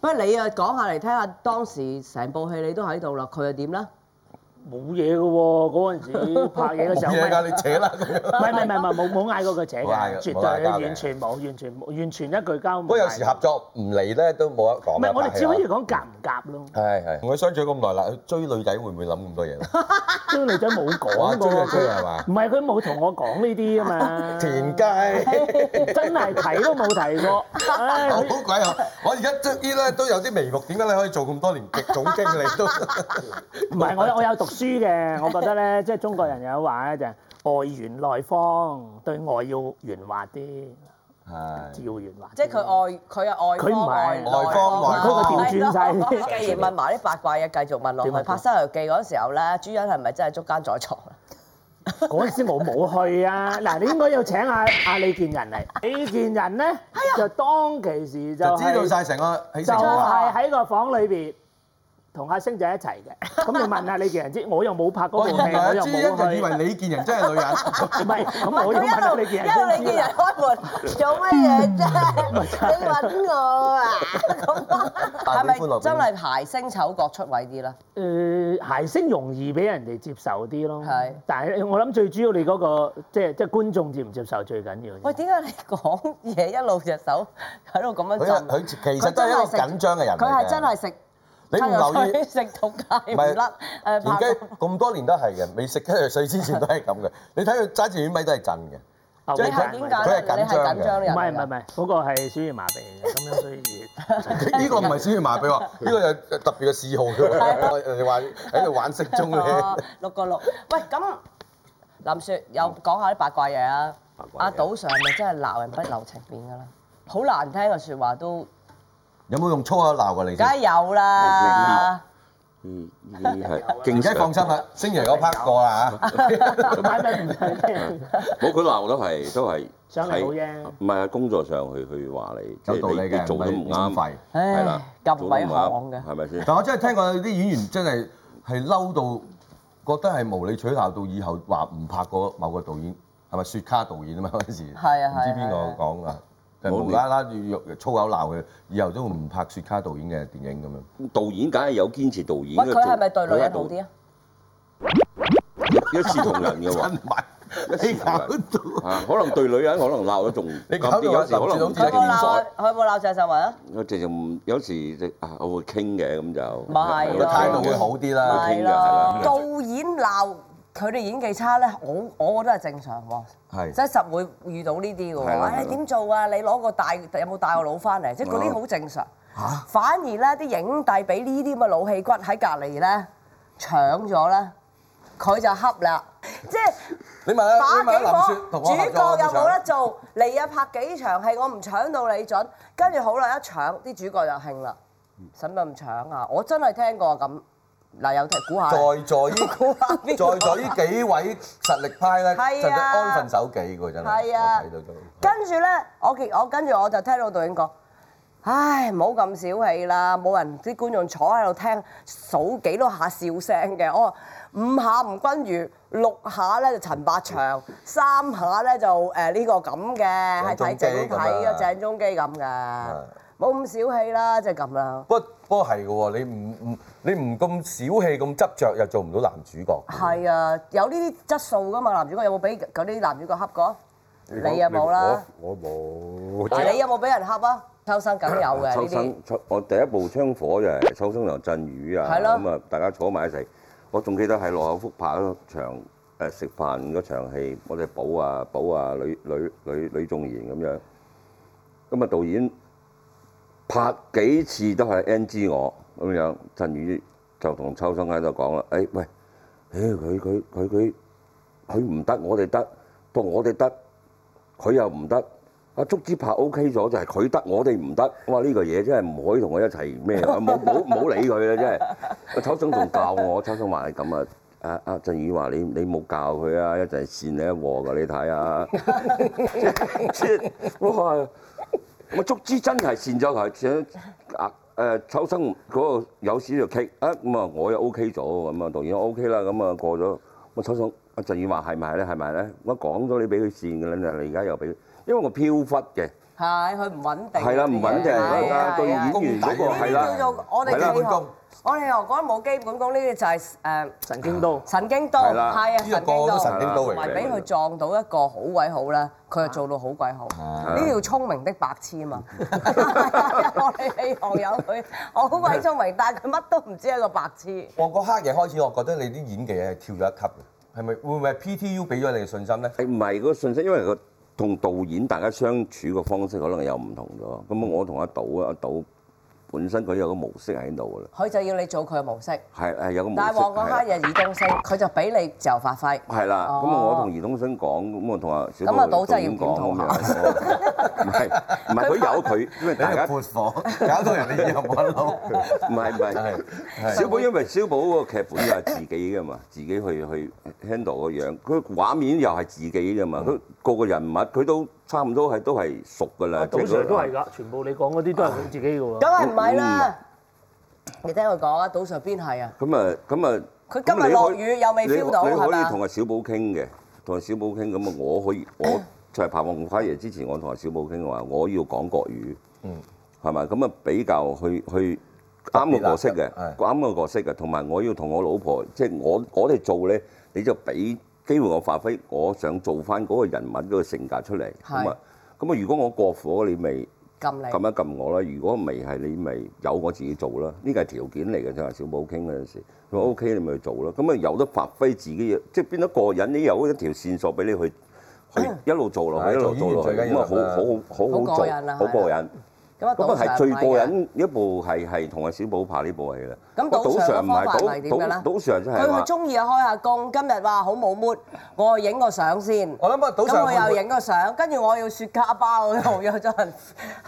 [SPEAKER 1] 不過你又講下嚟聽下，當時成部戲你都喺度啦，佢又點咧？
[SPEAKER 4] 冇嘢嘅喎，嗰陣時拍嘢嘅時候，
[SPEAKER 2] 冇嘢㗎，你扯 啦咁
[SPEAKER 4] 唔係唔係唔係
[SPEAKER 2] 樣。
[SPEAKER 4] 冇冇嗌過個姐
[SPEAKER 2] 冇嗌
[SPEAKER 4] 嘅，
[SPEAKER 2] 過
[SPEAKER 4] 絕
[SPEAKER 2] 冇嗌
[SPEAKER 4] 對
[SPEAKER 2] 交嘅
[SPEAKER 4] 完全冇，完全冇，完全一句交冇嗌過。
[SPEAKER 2] 不過有時合作唔嚟咧，都冇得講
[SPEAKER 4] 唔
[SPEAKER 2] 啦
[SPEAKER 4] 係我哋只可以。
[SPEAKER 2] 拍戲啊
[SPEAKER 4] 講夾唔 夾咯，
[SPEAKER 2] 係係，同佢相處咗咁耐 啦，佢追女仔會唔會諗咁多嘢咧？
[SPEAKER 4] 追女仔冇
[SPEAKER 2] 哇，
[SPEAKER 4] 講
[SPEAKER 2] 追
[SPEAKER 4] 過
[SPEAKER 2] 啊追啊係嘛？
[SPEAKER 4] 唔係佢冇同我講呢啲啊嘛，
[SPEAKER 2] 田雞，
[SPEAKER 4] 真係提都冇 提過，唉
[SPEAKER 2] 好
[SPEAKER 4] 佢
[SPEAKER 2] 鬼好！我而家終於咧都有啲眉目，點解你可以做咁多年極總經理都？
[SPEAKER 4] 唔係我我有讀書嘅，我覺得咧 即係中國人有話咧就係外圓內方，對外要圓滑啲，
[SPEAKER 2] 係。
[SPEAKER 4] 要圓滑啲。
[SPEAKER 1] 即係佢
[SPEAKER 2] 嗯
[SPEAKER 1] 愛佢又愛
[SPEAKER 4] 佢唔係
[SPEAKER 1] 愛
[SPEAKER 2] 外方外方
[SPEAKER 1] 方
[SPEAKER 4] 佢調轉晒
[SPEAKER 1] 既然問埋啲八卦嘢，繼續問落去。
[SPEAKER 4] 點啊
[SPEAKER 1] 拍《西遊記》嗰陣時候咧，朱茵係咪真係捉奸在床？啊
[SPEAKER 4] 嗰陣時我冇 去啊！嗱，你應該要請阿阿李健仁嚟。李健仁咧就當其時就
[SPEAKER 2] 就知道
[SPEAKER 4] 係
[SPEAKER 2] 晒成個起
[SPEAKER 4] 就
[SPEAKER 2] 承轉合。
[SPEAKER 4] 係喺個房裏邊同阿星仔一齊嘅。咁你問下李健仁知，我又冇拍嗰部
[SPEAKER 2] 我
[SPEAKER 4] 戲，
[SPEAKER 2] 原
[SPEAKER 4] 我
[SPEAKER 2] 來
[SPEAKER 4] 又
[SPEAKER 2] 朱茵
[SPEAKER 4] 冇
[SPEAKER 2] 就
[SPEAKER 4] 去
[SPEAKER 2] 以。為李健仁真係女人，
[SPEAKER 4] 唔係，咁
[SPEAKER 1] 佢
[SPEAKER 4] 我要問下
[SPEAKER 1] 一路
[SPEAKER 4] 李
[SPEAKER 1] 一
[SPEAKER 4] 健
[SPEAKER 1] 路你
[SPEAKER 4] 仁先
[SPEAKER 1] 見
[SPEAKER 4] 知
[SPEAKER 1] 人
[SPEAKER 4] 啦。
[SPEAKER 1] 開門，做乜嘢 啫？你揾我啊？
[SPEAKER 2] 大
[SPEAKER 1] 係
[SPEAKER 2] 碗
[SPEAKER 1] 咪
[SPEAKER 2] 歡樂
[SPEAKER 1] 真係排星丑角出位啲咧？
[SPEAKER 4] 誒，諧星容易俾人哋接受啲咯。
[SPEAKER 1] 係
[SPEAKER 4] 但係我諗最主要你嗰個即係即係觀眾接唔接受最緊要。
[SPEAKER 1] 喂，點 解你講嘢一路隻手喺度咁樣
[SPEAKER 2] 佢
[SPEAKER 1] 震？
[SPEAKER 2] 佢其實都係一
[SPEAKER 1] 佢真係
[SPEAKER 2] 個
[SPEAKER 1] 食
[SPEAKER 2] 緊張嘅人嚟
[SPEAKER 1] 佢
[SPEAKER 2] 嘅
[SPEAKER 1] 係真係食，
[SPEAKER 2] 你唔留意
[SPEAKER 1] 佢食到戒唔
[SPEAKER 2] 唔係
[SPEAKER 1] 甩誒
[SPEAKER 2] 田
[SPEAKER 1] 拍
[SPEAKER 2] 雞咁多年都係嘅，未食雞肉水之前都係咁嘅。你睇佢揸住碗米都係震 嘅，
[SPEAKER 4] 啊
[SPEAKER 2] 即
[SPEAKER 1] 你
[SPEAKER 2] 係
[SPEAKER 1] 係
[SPEAKER 2] 佢
[SPEAKER 1] 點
[SPEAKER 2] 佢
[SPEAKER 1] 解
[SPEAKER 2] 係
[SPEAKER 1] 咧？你係
[SPEAKER 2] 緊張嘅
[SPEAKER 1] 緊張嘅
[SPEAKER 4] 唔
[SPEAKER 1] 人嚟
[SPEAKER 4] 係唔係唔
[SPEAKER 1] 㗎。
[SPEAKER 4] 係，嗰個係小兒麻痹嘅，咁樣所以。
[SPEAKER 2] 呢個唔係小兒麻痹喎，呢個有呃特別嘅嗜好
[SPEAKER 1] 啊
[SPEAKER 2] 嘅。人哋話喺度玩骰盅
[SPEAKER 1] 哦
[SPEAKER 2] 嘅，
[SPEAKER 1] 六個六。喂，咁林雪又講下啲八卦嘢啊！阿賭 Sir 係咪真係鬧人不留情面㗎啦？好難聽嘅説話都，
[SPEAKER 2] 有冇用粗口鬧過你
[SPEAKER 1] 梗係？
[SPEAKER 2] 先
[SPEAKER 1] 有啦。
[SPEAKER 5] 呢啲 係
[SPEAKER 2] 而
[SPEAKER 5] 正
[SPEAKER 2] 家
[SPEAKER 5] 常。
[SPEAKER 2] 放心
[SPEAKER 1] 啊
[SPEAKER 2] 啦，星爺嗰 part 過啦啊嚇。
[SPEAKER 4] 唔係唔係唔係，
[SPEAKER 5] 冇佢鬧都係都係
[SPEAKER 4] 想你好
[SPEAKER 5] 喺
[SPEAKER 4] 啫
[SPEAKER 5] 唔係喺工作上去去話你，即
[SPEAKER 2] 有道
[SPEAKER 5] 係
[SPEAKER 2] 理
[SPEAKER 5] 你
[SPEAKER 2] 嘅
[SPEAKER 5] 你做得唔
[SPEAKER 2] 唔係免費
[SPEAKER 5] 啱，係
[SPEAKER 1] 唉，，
[SPEAKER 5] 啦
[SPEAKER 1] 咁
[SPEAKER 5] 做得
[SPEAKER 1] 鬼
[SPEAKER 5] 唔
[SPEAKER 1] 行嘅
[SPEAKER 5] 啱，。係咪先？
[SPEAKER 2] 但我真係聽過有啲演員真係係嬲到覺得係無理取鬧，到以後話唔拍過某個導演，係咪雪卡導演啊嘛 嗰陣時？
[SPEAKER 1] 係啊
[SPEAKER 2] 唔知
[SPEAKER 1] 係啊
[SPEAKER 2] 邊個講啊？就
[SPEAKER 5] 冇
[SPEAKER 2] 無啦啦要粗口鬧佢，以後都唔拍雪卡導演嘅電影咁 樣。
[SPEAKER 5] 導演梗係有堅持導演
[SPEAKER 1] 喂，
[SPEAKER 5] 嘅做
[SPEAKER 1] 佢係咪對女人好啲啊？
[SPEAKER 5] 一視同仁嘅喎。
[SPEAKER 2] 真係，你搞到
[SPEAKER 5] 啊，可能對女人可能鬧得仲
[SPEAKER 2] 你
[SPEAKER 5] 咁
[SPEAKER 2] 搞到
[SPEAKER 5] 啲，有時可
[SPEAKER 2] 林
[SPEAKER 5] 能唔
[SPEAKER 2] 志
[SPEAKER 5] 知
[SPEAKER 1] 佢有冇
[SPEAKER 2] 玲
[SPEAKER 5] 點
[SPEAKER 1] 鬧
[SPEAKER 5] 改，？
[SPEAKER 1] 佢有冇鬧鄭秀文啊？
[SPEAKER 5] 我直情有時就啊，我會傾嘅咁就，
[SPEAKER 1] 咪係
[SPEAKER 5] 有
[SPEAKER 1] 咯
[SPEAKER 5] 得
[SPEAKER 2] 態
[SPEAKER 5] 傾
[SPEAKER 2] 度會好啲啦。
[SPEAKER 5] 係
[SPEAKER 1] 係
[SPEAKER 5] 啦
[SPEAKER 1] 咯，
[SPEAKER 5] 係啦
[SPEAKER 1] 導演鬧佢哋演技差咧，我我覺得係正常喎。
[SPEAKER 2] 係
[SPEAKER 1] 即係實會遇到呢啲嘅
[SPEAKER 5] 係
[SPEAKER 1] 喎。
[SPEAKER 5] 啦
[SPEAKER 1] 唉
[SPEAKER 5] 係啦
[SPEAKER 1] 點做啊？你攞個大有冇帶個腦翻嚟？即係嗰啲好正常。反而咧，啲影帝俾呢啲咁嘅老氣骨喺隔離咧搶咗咧，佢就恰啦。即係
[SPEAKER 2] 你
[SPEAKER 1] 呃
[SPEAKER 2] 問下，你問下
[SPEAKER 1] 打
[SPEAKER 2] 林
[SPEAKER 1] 幾
[SPEAKER 2] 雪
[SPEAKER 1] 火，
[SPEAKER 2] 同
[SPEAKER 1] 主
[SPEAKER 2] 我
[SPEAKER 1] 角又
[SPEAKER 2] 合作我都想
[SPEAKER 1] 冇得做，嚟啊拍幾場戲，我唔搶到你準。跟住好啦，一搶啲主角就興啦，
[SPEAKER 2] 嗯
[SPEAKER 1] 使乜咁搶啊？我真係聽過咁。嗱，有聽估下咧，
[SPEAKER 2] 在座呢
[SPEAKER 1] 估下邊個
[SPEAKER 2] 在座呢幾位實力派咧，
[SPEAKER 1] 係啊
[SPEAKER 2] 就安分守己嘅真係。
[SPEAKER 1] 係啊
[SPEAKER 2] 我睇到都。
[SPEAKER 1] 跟住咧，我見我跟住我就聽到導演講：，唉，唔好咁小氣啦，冇人啲觀眾坐喺度聽數幾多下笑聲嘅。我話五下吳君如，六下咧就陳百祥，三下咧就誒呢個咁嘅，係睇整體嘅鄭中基咁嘅，冇咁小氣啦，即係咁啦。
[SPEAKER 2] 不過不過係嘅喎，你唔唔你唔咁小氣咁執着，又做唔到男主角。
[SPEAKER 1] 係啊，有呢啲質素噶嘛？男主角有冇俾嗰啲男主角恰過？
[SPEAKER 6] 講
[SPEAKER 1] 你又冇啦。
[SPEAKER 6] 我我冇。
[SPEAKER 1] 嗱，你有冇俾人恰啊？秋生梗有嘅
[SPEAKER 5] 秋
[SPEAKER 1] 呢啲
[SPEAKER 5] 生。，秋我第一部槍火就係秋生同振宇啊，
[SPEAKER 1] 係咯
[SPEAKER 5] 咁啊大家坐埋一齊。我仲記得喺羅口福拍嗰場誒食飯嗰場戲，我哋補啊補啊呂呂呂呂仲賢咁樣。咁啊導演拍幾次都係 NG 我咁樣，振宇就同秋生喺度講啦：，誒、喂，誒佢佢佢佢佢唔得，我哋得，到我哋得，佢又唔得。阿竹子拍 OK 咗，就係佢得，我哋唔得。哇！呢、個嘢真係唔可以同佢一齊咩啊！冇冇冇理佢啦，真係。阿秋生仲教我，秋生話係咁啊。阿阿振宇話你你冇教佢啊，一陣扇你一鑊啊㗎，你睇下。 即係哇！我竹枝真係扇咗佢，想啊誒秋生嗰個有少少棘啊咁啊，我又 OK 咗咁啊，導演 OK 啦，咁啊過咗，我秋生阿振宇話係咪咧？係咪咧？我講咗你俾佢扇嘅啦，你而家又俾佢，因為我飄忽嘅，
[SPEAKER 1] 係，佢唔穩定。
[SPEAKER 5] 係啦，唔穩定
[SPEAKER 1] 係啊
[SPEAKER 5] 啊，對演員嗰個
[SPEAKER 1] 呢
[SPEAKER 5] 係
[SPEAKER 1] 啲叫
[SPEAKER 5] 啦，
[SPEAKER 1] 做我哋
[SPEAKER 5] 係啦
[SPEAKER 1] 戲學，我哋學講冇基本功，呢啲就係誒
[SPEAKER 4] 神經刀。
[SPEAKER 1] 神經刀，
[SPEAKER 5] 係啦
[SPEAKER 1] 係啊，
[SPEAKER 2] 呢個個都神經刀
[SPEAKER 1] 同
[SPEAKER 2] 嚟
[SPEAKER 1] 埋
[SPEAKER 2] 嘅
[SPEAKER 1] 俾。佢撞到一個好鬼好咧，佢就做到好鬼好。呢叫聰明的白痴啊 嘛！我哋戲行有佢，我好鬼聰明，但係佢乜都唔知係個白痴。
[SPEAKER 2] 我嗰刻嘢開始，我覺得你啲演技係跳咗一級嘅，係咪會唔會係 PTU 俾咗你嘅信心咧？
[SPEAKER 5] 係唔係個信息？因為個同導演大家相處個方式可能又唔同咗。
[SPEAKER 1] 嗯
[SPEAKER 5] 咁我同阿賭啊，阿賭本身佢有個模式喺度㗎啦，
[SPEAKER 1] 佢就要你做佢嘅模式，
[SPEAKER 5] 係係有個模式。
[SPEAKER 1] 但係黃國
[SPEAKER 5] 係啦
[SPEAKER 1] 黑又以東升，佢就俾你自由發揮。
[SPEAKER 5] 係啦，
[SPEAKER 1] 哦
[SPEAKER 5] 咁啊，我同兒童生講，咁我同阿小
[SPEAKER 1] 咁啊
[SPEAKER 5] 導
[SPEAKER 1] 賭真係要
[SPEAKER 5] 演
[SPEAKER 1] 檢討
[SPEAKER 5] 講
[SPEAKER 1] 下
[SPEAKER 5] 咁樣，唔係唔係佢有佢，因為
[SPEAKER 2] 你
[SPEAKER 5] 大家
[SPEAKER 2] 係
[SPEAKER 5] 唔
[SPEAKER 2] 潑 火，搞到人哋以後冇得撈。
[SPEAKER 5] 係唔係
[SPEAKER 2] 係係
[SPEAKER 5] 小寶，因為小寶個劇本又係自己噶嘛，自己去去 handle 個樣，佢畫面又係自己噶
[SPEAKER 4] 嗯
[SPEAKER 5] 嘛，佢個個人物佢都差唔多係都係熟噶啦，
[SPEAKER 4] 杜
[SPEAKER 5] 即係
[SPEAKER 4] 啊
[SPEAKER 5] 啊
[SPEAKER 4] Sir
[SPEAKER 5] 佢
[SPEAKER 4] 都係㗎，全部你講嗰啲都係佢自己嘅喎
[SPEAKER 1] 梗。係唔係啦？你聽佢講啊，賭上邊係啊？
[SPEAKER 5] 咁啊，咁啊，
[SPEAKER 1] 佢
[SPEAKER 5] 咁
[SPEAKER 1] 今日
[SPEAKER 5] 你
[SPEAKER 1] 落
[SPEAKER 5] 可以
[SPEAKER 1] 雨又未
[SPEAKER 5] 你
[SPEAKER 1] feel 到
[SPEAKER 5] 你
[SPEAKER 1] 係啊
[SPEAKER 5] 可以
[SPEAKER 1] 嘛
[SPEAKER 5] 同阿小寶傾嘅，同阿小寶傾咁啊，我可以
[SPEAKER 1] 嗯
[SPEAKER 5] 我就係拍《黃花爺》之前，我同阿小寶傾話，我要講國語，
[SPEAKER 2] 嗯，
[SPEAKER 5] 係咪？咁啊比較去去
[SPEAKER 2] 特別
[SPEAKER 5] 啱個角色
[SPEAKER 2] 啦係
[SPEAKER 5] 嘅，啱個角色嘅，同埋我要同我老婆，即係我我哋做咧，你就俾機會我發揮，我想做翻嗰個人物嗰個性格出嚟，咁啊咁啊，如果我過火，你咪。
[SPEAKER 1] 撳你
[SPEAKER 5] 撳。一撳我啦。如果未係你咪由我自己做啦，呢個係條件嚟嘅啫。小寶傾嗰陣時，佢
[SPEAKER 1] 嗯
[SPEAKER 5] 話 OK 你咪去做啦。咁啊有得發揮自己嘢，即係變得過癮。你有一條線索俾你去去一路做落
[SPEAKER 2] 係
[SPEAKER 5] 去，一路做落
[SPEAKER 2] 做
[SPEAKER 5] 去，
[SPEAKER 2] 演員最緊
[SPEAKER 5] 咁
[SPEAKER 2] 要啦
[SPEAKER 5] 啊好好好好
[SPEAKER 1] 嗯好
[SPEAKER 5] 好
[SPEAKER 1] 過
[SPEAKER 5] 做
[SPEAKER 1] 癮啦，
[SPEAKER 5] 好過癮。
[SPEAKER 1] 咁啊，
[SPEAKER 5] 咁啊係
[SPEAKER 1] 賭
[SPEAKER 5] 最
[SPEAKER 1] 場
[SPEAKER 5] 過
[SPEAKER 1] 咪㗎。
[SPEAKER 5] 癮一部係係同阿小寶拍呢部戲啦。
[SPEAKER 1] 咁
[SPEAKER 5] 我
[SPEAKER 1] 賭場
[SPEAKER 5] 場
[SPEAKER 1] 嘅
[SPEAKER 5] 唔係
[SPEAKER 1] 方法係
[SPEAKER 5] 賭
[SPEAKER 1] 點㗎啦
[SPEAKER 5] 賭賭場就
[SPEAKER 1] 佢
[SPEAKER 5] 係
[SPEAKER 1] 佢
[SPEAKER 5] 話。
[SPEAKER 1] 中意啊，開下工。今日話好冇 mood，我去影個相先。
[SPEAKER 2] 我諗啊，賭
[SPEAKER 1] 咁
[SPEAKER 2] 上
[SPEAKER 1] 佢
[SPEAKER 2] 會
[SPEAKER 1] 又
[SPEAKER 2] 唔會
[SPEAKER 1] 影個相，跟住我要雪茄吧嗰度約咗人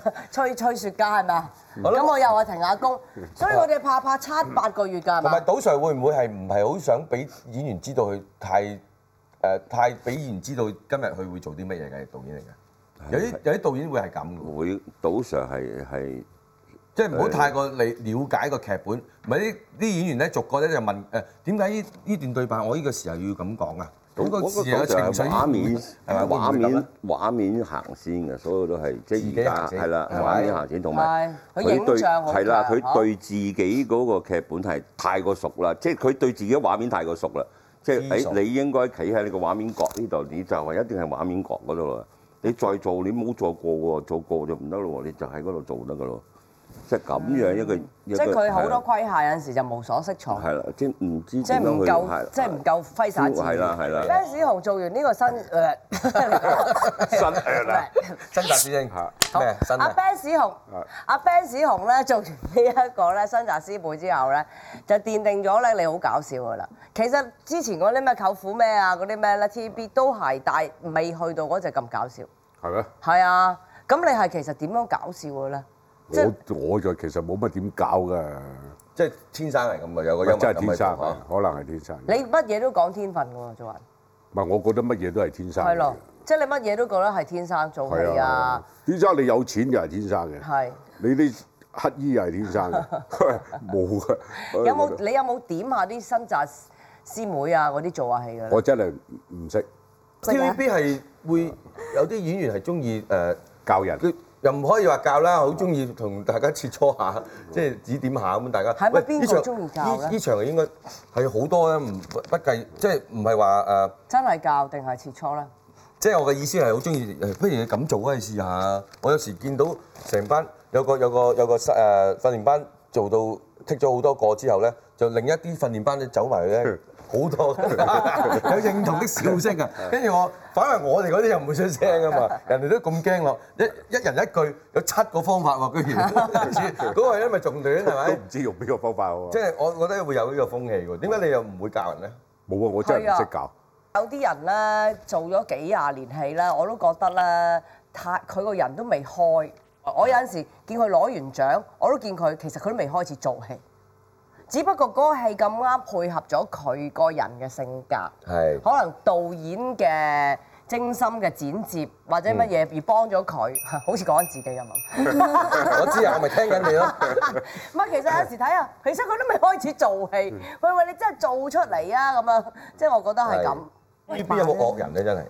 [SPEAKER 1] 吹吹雪茄係咪啊？咁我又去停 下工，所以我哋拍拍七八個月㗎係
[SPEAKER 2] 同埋
[SPEAKER 1] 咪？
[SPEAKER 2] 賭場會唔會係唔係好想俾演員知道佢太誒、太俾演員知道今日佢會做啲乜嘢嘅導演嚟嘅？有啲有啲導演會係咁嘅，
[SPEAKER 5] 會賭場係係
[SPEAKER 2] 即係唔好太過你了解個劇本。唔係啲啲演員咧，逐個咧就問誒點解呢呢段對白我呢個時候要咁講啊？咁個
[SPEAKER 5] 嗰
[SPEAKER 2] 時候嘅情緒
[SPEAKER 5] 畫面
[SPEAKER 2] 係咪會
[SPEAKER 5] 畫
[SPEAKER 2] 唔會咁
[SPEAKER 5] 面
[SPEAKER 2] 啊
[SPEAKER 5] 畫面行先嘅，所有都係即
[SPEAKER 2] 自
[SPEAKER 5] 係
[SPEAKER 2] 己
[SPEAKER 5] 而
[SPEAKER 2] 行
[SPEAKER 5] 家
[SPEAKER 2] 先
[SPEAKER 5] 係啦，
[SPEAKER 2] 係
[SPEAKER 5] 畫面行先，同埋
[SPEAKER 1] 係佢影
[SPEAKER 5] 對
[SPEAKER 1] 像好
[SPEAKER 5] 係啦，
[SPEAKER 1] 強
[SPEAKER 5] 佢對自己嗰個劇本係太過熟啦，即係佢對自己畫面太過熟啦，即係
[SPEAKER 2] 知熟
[SPEAKER 5] 誒你應該企喺你個畫面角呢度，你就係一定係畫面角嗰度啦。你再做你冇做過喎，做過就唔得咯喎，你就喺嗰度做得噶咯，即係咁樣一個一
[SPEAKER 1] 嗯即
[SPEAKER 5] 個
[SPEAKER 1] 係佢好多
[SPEAKER 5] 係啦
[SPEAKER 1] 規限，有陣時就無所適從，
[SPEAKER 5] 係啦，即係唔知
[SPEAKER 1] 即係
[SPEAKER 5] 點樣
[SPEAKER 1] 唔
[SPEAKER 5] 去
[SPEAKER 1] 夠，即係唔夠揮灑自
[SPEAKER 5] 係啦係
[SPEAKER 1] 如。
[SPEAKER 5] 啦。
[SPEAKER 1] Ben 史雄做完呢個新 誒
[SPEAKER 5] 啊
[SPEAKER 2] 真達師兄嚇咩真
[SPEAKER 1] 阿
[SPEAKER 2] 啊？
[SPEAKER 1] Ben 史雄，阿 Ben 史雄咧做完呢一個咧新紮師妹之後咧，就奠定咗咧你好搞笑噶啦。其實之前嗰啲咩舅父咩啊，嗰啲咩咧 TVB 都係，但係未去到嗰只咁搞笑。
[SPEAKER 6] 係咩？
[SPEAKER 1] 係啊，咁你係其實點樣搞笑嘅咧？即係
[SPEAKER 6] 我我就其實冇乜點搞㗎，
[SPEAKER 2] 即係天生嚟咁嘅，有個幽默
[SPEAKER 6] 真係
[SPEAKER 2] 感喺
[SPEAKER 6] 天生，
[SPEAKER 2] 度嚇。
[SPEAKER 6] 可能係天生。
[SPEAKER 1] 你乜嘢都講天分嘅喎，做人
[SPEAKER 6] 唔係，我覺得乜嘢都係天生嘅。
[SPEAKER 1] 係咯，即係你乜嘢都覺得係天生做
[SPEAKER 6] 係
[SPEAKER 1] 戲啊
[SPEAKER 6] 啊，，天生你有錢就係天生嘅，
[SPEAKER 1] 係。
[SPEAKER 6] 你啲乞衣又係天生嘅， 冇
[SPEAKER 5] 啊
[SPEAKER 6] 嘅。
[SPEAKER 1] 有冇你有冇點下啲新紮師妹啊嗰啲做下戲嘅咧？
[SPEAKER 6] 我真係唔識
[SPEAKER 2] TVB 係會有啲演員係中意誒。
[SPEAKER 6] 教人，
[SPEAKER 2] 佢又唔可以話教啦，好中意同大家切磋下，即係指點下咁大家。
[SPEAKER 1] 係咪
[SPEAKER 2] 喂
[SPEAKER 1] 邊個
[SPEAKER 2] 呢場
[SPEAKER 1] 鍾意教咧
[SPEAKER 2] 呢場應該係好多咧，唔不不計，即係唔係話誒。呃
[SPEAKER 1] 真係教定係切磋咧？
[SPEAKER 2] 即係我嘅意思係好中意，誒不如你咁做啊，你試下。我有時見到成班有個有個有個誒、呃、訓練班做到剔咗好多個之後咧，就另一啲訓練班咧走埋咧。好多有認同的笑聲啊！跟住我，反為我哋嗰啲又唔會出聲啊嘛，人哋都咁驚我，一一人一句有七個方法喎，居然嗰個因為仲亂係
[SPEAKER 5] 都
[SPEAKER 2] 咪
[SPEAKER 5] 唔？知用邊個方法喎
[SPEAKER 2] 即。係我覺得會有呢個風氣喎，點解你又唔會教人咧？
[SPEAKER 5] 冇啊，我真係唔識教。
[SPEAKER 1] 有啲人咧做咗幾廿年戲啦，我都覺得咧，太佢個人都未開。我有陣時見佢攞完獎，我都見佢其實佢都未開始做戲，只不過嗰個戲咁啱配合咗佢個人嘅性格。
[SPEAKER 2] 係
[SPEAKER 1] 可能導演嘅精心嘅剪接或者
[SPEAKER 2] 嗯
[SPEAKER 1] 乜嘢而幫咗佢， 好似講緊自己咁啊！
[SPEAKER 2] 我知啊，我咪聽緊你咯。
[SPEAKER 1] 唔係，其實有時睇下，其實佢都未開始做
[SPEAKER 2] 嗯
[SPEAKER 1] 戲，喂喂，你真係做出嚟啊！咁樣，即係我覺得係咁啊
[SPEAKER 2] 係。呢邊有冇惡人咧？真係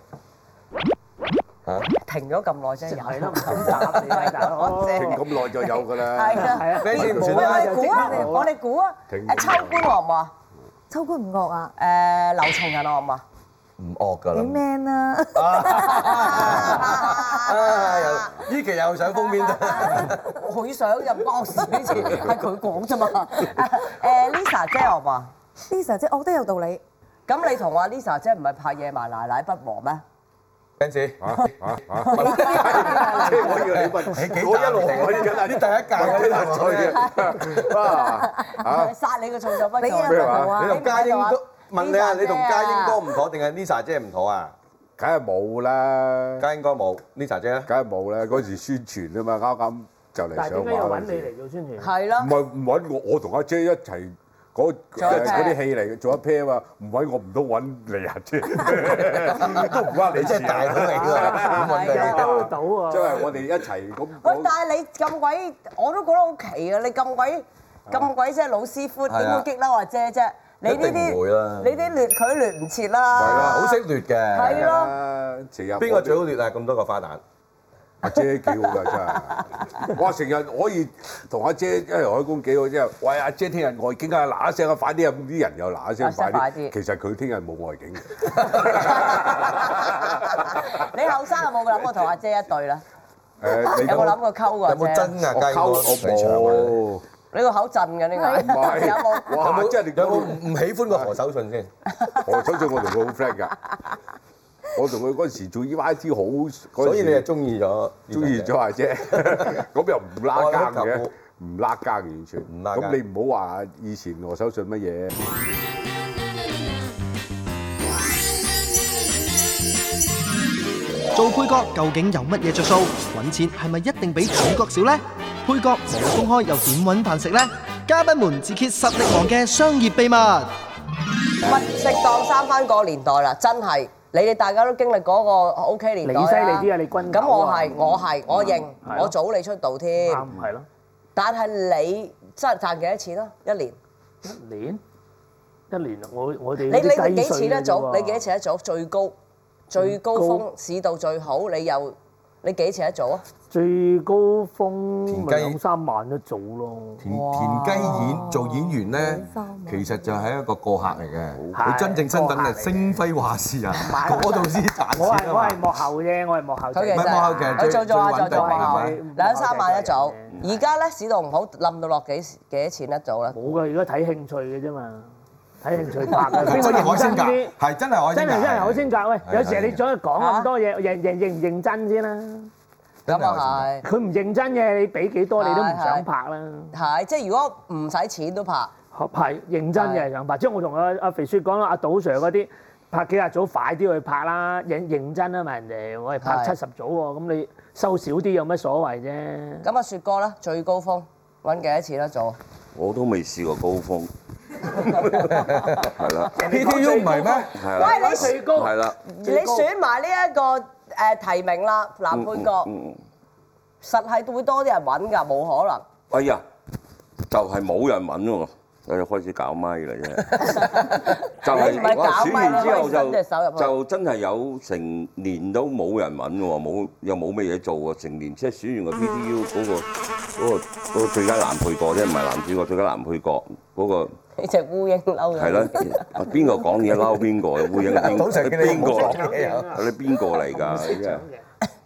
[SPEAKER 2] 嚇。
[SPEAKER 1] 停咗咁耐啫，
[SPEAKER 4] 係
[SPEAKER 1] 有
[SPEAKER 4] 咯，唔敢答 你啦，大佬。
[SPEAKER 5] 停咁耐就有㗎啦。
[SPEAKER 1] 啊係啊，
[SPEAKER 4] 係啊，
[SPEAKER 2] 你
[SPEAKER 1] 喂
[SPEAKER 2] 先唔
[SPEAKER 1] 喂，我
[SPEAKER 2] 算啦
[SPEAKER 1] 哋估啊，我哋估啊，
[SPEAKER 5] 停
[SPEAKER 1] 誒秋官惡唔惡啊？
[SPEAKER 8] 秋官唔惡啊，
[SPEAKER 1] 誒劉松仁惡唔惡啊？
[SPEAKER 2] 唔惡噶
[SPEAKER 8] 你
[SPEAKER 2] 啦。
[SPEAKER 8] man 啦、
[SPEAKER 2] 啊！又呢期又上封面得，
[SPEAKER 1] 佢想入 關我事呢次係佢講啫嘛。誒 À, Lisa 姐惡唔惡啊？
[SPEAKER 8] l i s a 姐惡得有道理，
[SPEAKER 1] 咁你同阿 Lisa 姐唔係拍野蠻奶奶不和咩？
[SPEAKER 2] Ben 子，
[SPEAKER 5] 即係我以為你
[SPEAKER 2] 你幾
[SPEAKER 5] 問，
[SPEAKER 2] 大
[SPEAKER 5] 我一路揾緊
[SPEAKER 2] 呢
[SPEAKER 5] 啊
[SPEAKER 2] 第一。屆嘅呢個
[SPEAKER 5] 吹嘅，啊 哇！
[SPEAKER 1] 係殺你個重手不
[SPEAKER 8] 你啊
[SPEAKER 1] 錯。
[SPEAKER 5] 咩話
[SPEAKER 8] 冇
[SPEAKER 2] 你
[SPEAKER 8] 啊，
[SPEAKER 2] 同家英
[SPEAKER 1] 你唔係
[SPEAKER 2] 都
[SPEAKER 1] 話
[SPEAKER 2] 問你啊，
[SPEAKER 1] Lisa à.
[SPEAKER 2] 你同
[SPEAKER 1] 姐啊
[SPEAKER 2] 家英哥唔妥定係 Lisa 姐唔妥啊？
[SPEAKER 5] 梗係冇啦，
[SPEAKER 2] 家英哥冇，Lisa 姐咧？
[SPEAKER 5] 梗係冇啦。嗰時宣傳啊嘛，啱啱就嚟
[SPEAKER 4] 但係
[SPEAKER 5] 上
[SPEAKER 4] 點解要
[SPEAKER 5] 畫
[SPEAKER 4] 揾
[SPEAKER 5] 嗰
[SPEAKER 4] 你
[SPEAKER 5] 時。
[SPEAKER 4] 嚟做宣傳？
[SPEAKER 1] 係咯
[SPEAKER 5] 唔。係唔揾我，我同阿姐一齊嗰
[SPEAKER 1] 做一 pair
[SPEAKER 5] 嗰啲戲嚟嘅，做一 pair 嘛。唔揾我唔通揾 你啊姐，都唔關
[SPEAKER 2] 你
[SPEAKER 5] 你
[SPEAKER 2] 真
[SPEAKER 5] 事
[SPEAKER 2] 係大佬
[SPEAKER 5] 啊。
[SPEAKER 2] 嚟㗎，唔問
[SPEAKER 1] 係啊
[SPEAKER 2] 你。
[SPEAKER 4] 兜到啊！
[SPEAKER 5] 即係我哋一齊咁
[SPEAKER 1] 喂，
[SPEAKER 5] 講
[SPEAKER 1] 但。係你咁鬼，我都覺得好奇啊！你咁鬼咁鬼即係老師傅，
[SPEAKER 2] 係啊
[SPEAKER 1] 點會激嬲阿姐啫？你呢
[SPEAKER 2] 一定唔
[SPEAKER 1] 啲
[SPEAKER 2] 會啦
[SPEAKER 1] 你啲劣佢劣唔切啦。
[SPEAKER 2] 係啦，好識劣
[SPEAKER 1] 係
[SPEAKER 2] 嘅。
[SPEAKER 1] 咯
[SPEAKER 5] 啊！成日
[SPEAKER 2] 邊個最好劣啊？咁多個花旦，
[SPEAKER 5] 阿姐幾好㗎 真係，哇！成日可以同阿姐一齊開工幾好，之後喂阿姐聽日外景啊，嗱一聲啊，快啲啊！咁啲人又嗱一
[SPEAKER 1] 嗱嗱聲
[SPEAKER 5] 聲快
[SPEAKER 1] 快
[SPEAKER 5] 啲，
[SPEAKER 1] 啲
[SPEAKER 5] 其實佢聽日冇外景嘅，
[SPEAKER 1] 你後生有冇諗過同阿姐一對啦？
[SPEAKER 5] 誒你
[SPEAKER 1] 有冇諗過溝過阿
[SPEAKER 2] 有冇
[SPEAKER 1] 姐？
[SPEAKER 2] 真啊？
[SPEAKER 5] 我
[SPEAKER 2] 家英
[SPEAKER 5] 溝
[SPEAKER 2] 哥有
[SPEAKER 5] 我
[SPEAKER 1] 你個口震嘅呢
[SPEAKER 5] 冇，唔
[SPEAKER 1] 個， 有冇？
[SPEAKER 5] 係，哇！真係你
[SPEAKER 2] 冇有冇唔唔喜歡過何守信先？
[SPEAKER 5] 我相信我同佢好 friend 㗎，我同佢嗰陣時做
[SPEAKER 7] E
[SPEAKER 5] EYT 好，嗰陣
[SPEAKER 2] 所以你
[SPEAKER 5] 時
[SPEAKER 2] 係中意咗，
[SPEAKER 5] 中意咗阿 姐，咁又唔拉更
[SPEAKER 2] 我諗
[SPEAKER 5] 嘅
[SPEAKER 2] 及，
[SPEAKER 5] 唔拉更完全。
[SPEAKER 2] 唔拉更
[SPEAKER 5] 咁你唔好話以前我手信乜嘢。
[SPEAKER 3] 做配角究竟有乜嘢着數？揾錢係咪一定比主角少呢？配角冇公開又點揾飯食呢？嘉賓們自揭實力王嘅商業秘密。
[SPEAKER 1] 唔係適當生翻個年代啦，真係你哋大家都經歷嗰個 OK 年代啦
[SPEAKER 4] 你犀利啲啊你軍
[SPEAKER 1] 咁我
[SPEAKER 4] 狗啊
[SPEAKER 1] 係我係我認
[SPEAKER 4] 係，咯
[SPEAKER 1] 我早你出道添。
[SPEAKER 4] 啱係咯，
[SPEAKER 1] 但係你真係賺幾多錢啊？一年？
[SPEAKER 4] 一年一年，我我哋
[SPEAKER 1] 你你
[SPEAKER 4] 啲低
[SPEAKER 1] 幾
[SPEAKER 4] 稅
[SPEAKER 1] 錢一
[SPEAKER 4] 嘅
[SPEAKER 1] 組？
[SPEAKER 4] 喎
[SPEAKER 1] 你幾錢一組？最高最高峰市道最好，你又你幾錢一組啊？
[SPEAKER 4] 最高峰
[SPEAKER 2] 田雞
[SPEAKER 4] 咪兩三萬一組咯。
[SPEAKER 2] 田田雞演做演員咧，其實就係一個過客嚟嘅。
[SPEAKER 4] 係
[SPEAKER 2] 佢真正身份
[SPEAKER 4] 過客嚟
[SPEAKER 2] 係
[SPEAKER 4] 嘅
[SPEAKER 2] 星輝畫 師啊，嗰度先賺錢
[SPEAKER 4] 我係
[SPEAKER 2] 啊
[SPEAKER 4] 我係
[SPEAKER 2] 嘛。
[SPEAKER 4] 幕後啫，我係幕後
[SPEAKER 1] 佢其
[SPEAKER 4] 啫。
[SPEAKER 2] 唔係幕後
[SPEAKER 1] 實
[SPEAKER 2] 嘅
[SPEAKER 1] 佢
[SPEAKER 2] 最
[SPEAKER 1] 做做下做
[SPEAKER 2] 最穩定
[SPEAKER 1] 做下
[SPEAKER 4] 係咪
[SPEAKER 1] 兩三萬一組。
[SPEAKER 4] 嗯
[SPEAKER 1] 而家咧市道唔好，冧到落幾幾多錢一組啦？
[SPEAKER 4] 冇噶，而家睇興趣嘅啫嘛，睇興趣 拍嘅。邊
[SPEAKER 2] 真
[SPEAKER 4] 個
[SPEAKER 2] 係海鮮
[SPEAKER 4] 認真啲
[SPEAKER 2] 格，？係真係海鮮
[SPEAKER 4] 真
[SPEAKER 2] 格，
[SPEAKER 4] 係真係好先格喂！有時你再講咁多嘢，認認認唔認真先啦。
[SPEAKER 2] 真
[SPEAKER 1] 咁
[SPEAKER 2] 係海鮮格
[SPEAKER 1] 啊係
[SPEAKER 4] 佢唔認真嘅，你俾幾多你都唔想拍啦。
[SPEAKER 1] 係，即係如果唔使錢都拍。
[SPEAKER 4] 學拍認真嘅想拍，即係我同阿阿肥雪講啦，阿賭 Sir 嗰啲拍幾廿組快啲去拍啦，認認真啊嘛人哋，我哋拍
[SPEAKER 1] 係
[SPEAKER 4] 七十組喎，咁你收少啲有乜所謂啫？
[SPEAKER 1] 咁啊，雪哥咧最高峰揾幾多錢一組啊？
[SPEAKER 5] 我都未試過高峰，係啦，
[SPEAKER 2] PTU 唔係咩？
[SPEAKER 5] 係啦，
[SPEAKER 1] 喂，你
[SPEAKER 4] 最高
[SPEAKER 5] 係啦，
[SPEAKER 1] 你選埋呢一個誒提名啦，男配角
[SPEAKER 5] 嗯嗯嗯
[SPEAKER 1] 實係會多啲人揾㗎，冇可能。
[SPEAKER 5] 哎呀，就係冇人揾喎，我就開始搞咪啦，真係。 就係
[SPEAKER 1] 你唔係
[SPEAKER 5] 我
[SPEAKER 1] 搞
[SPEAKER 5] 選
[SPEAKER 1] 咪啦
[SPEAKER 5] 完之後
[SPEAKER 1] 可以伸隻手入
[SPEAKER 5] 就
[SPEAKER 1] 去
[SPEAKER 5] 就真係有成年都冇人揾喎，冇又冇咩嘢做喎，成年即係選完
[SPEAKER 1] 嗯
[SPEAKER 5] 個 PTU 嗰、個嗰、個嗰個最佳男配角啫，唔係男主角最佳男配角嗰、個。
[SPEAKER 1] 你隻烏蠅嬲
[SPEAKER 5] 係啦，啊邊個講嘢嬲邊個嘅烏蠅邊
[SPEAKER 2] 賭場見你
[SPEAKER 5] 邊
[SPEAKER 2] 唔好
[SPEAKER 5] 個
[SPEAKER 2] 講？嘢啊
[SPEAKER 5] 你邊個 嚟㗎？真係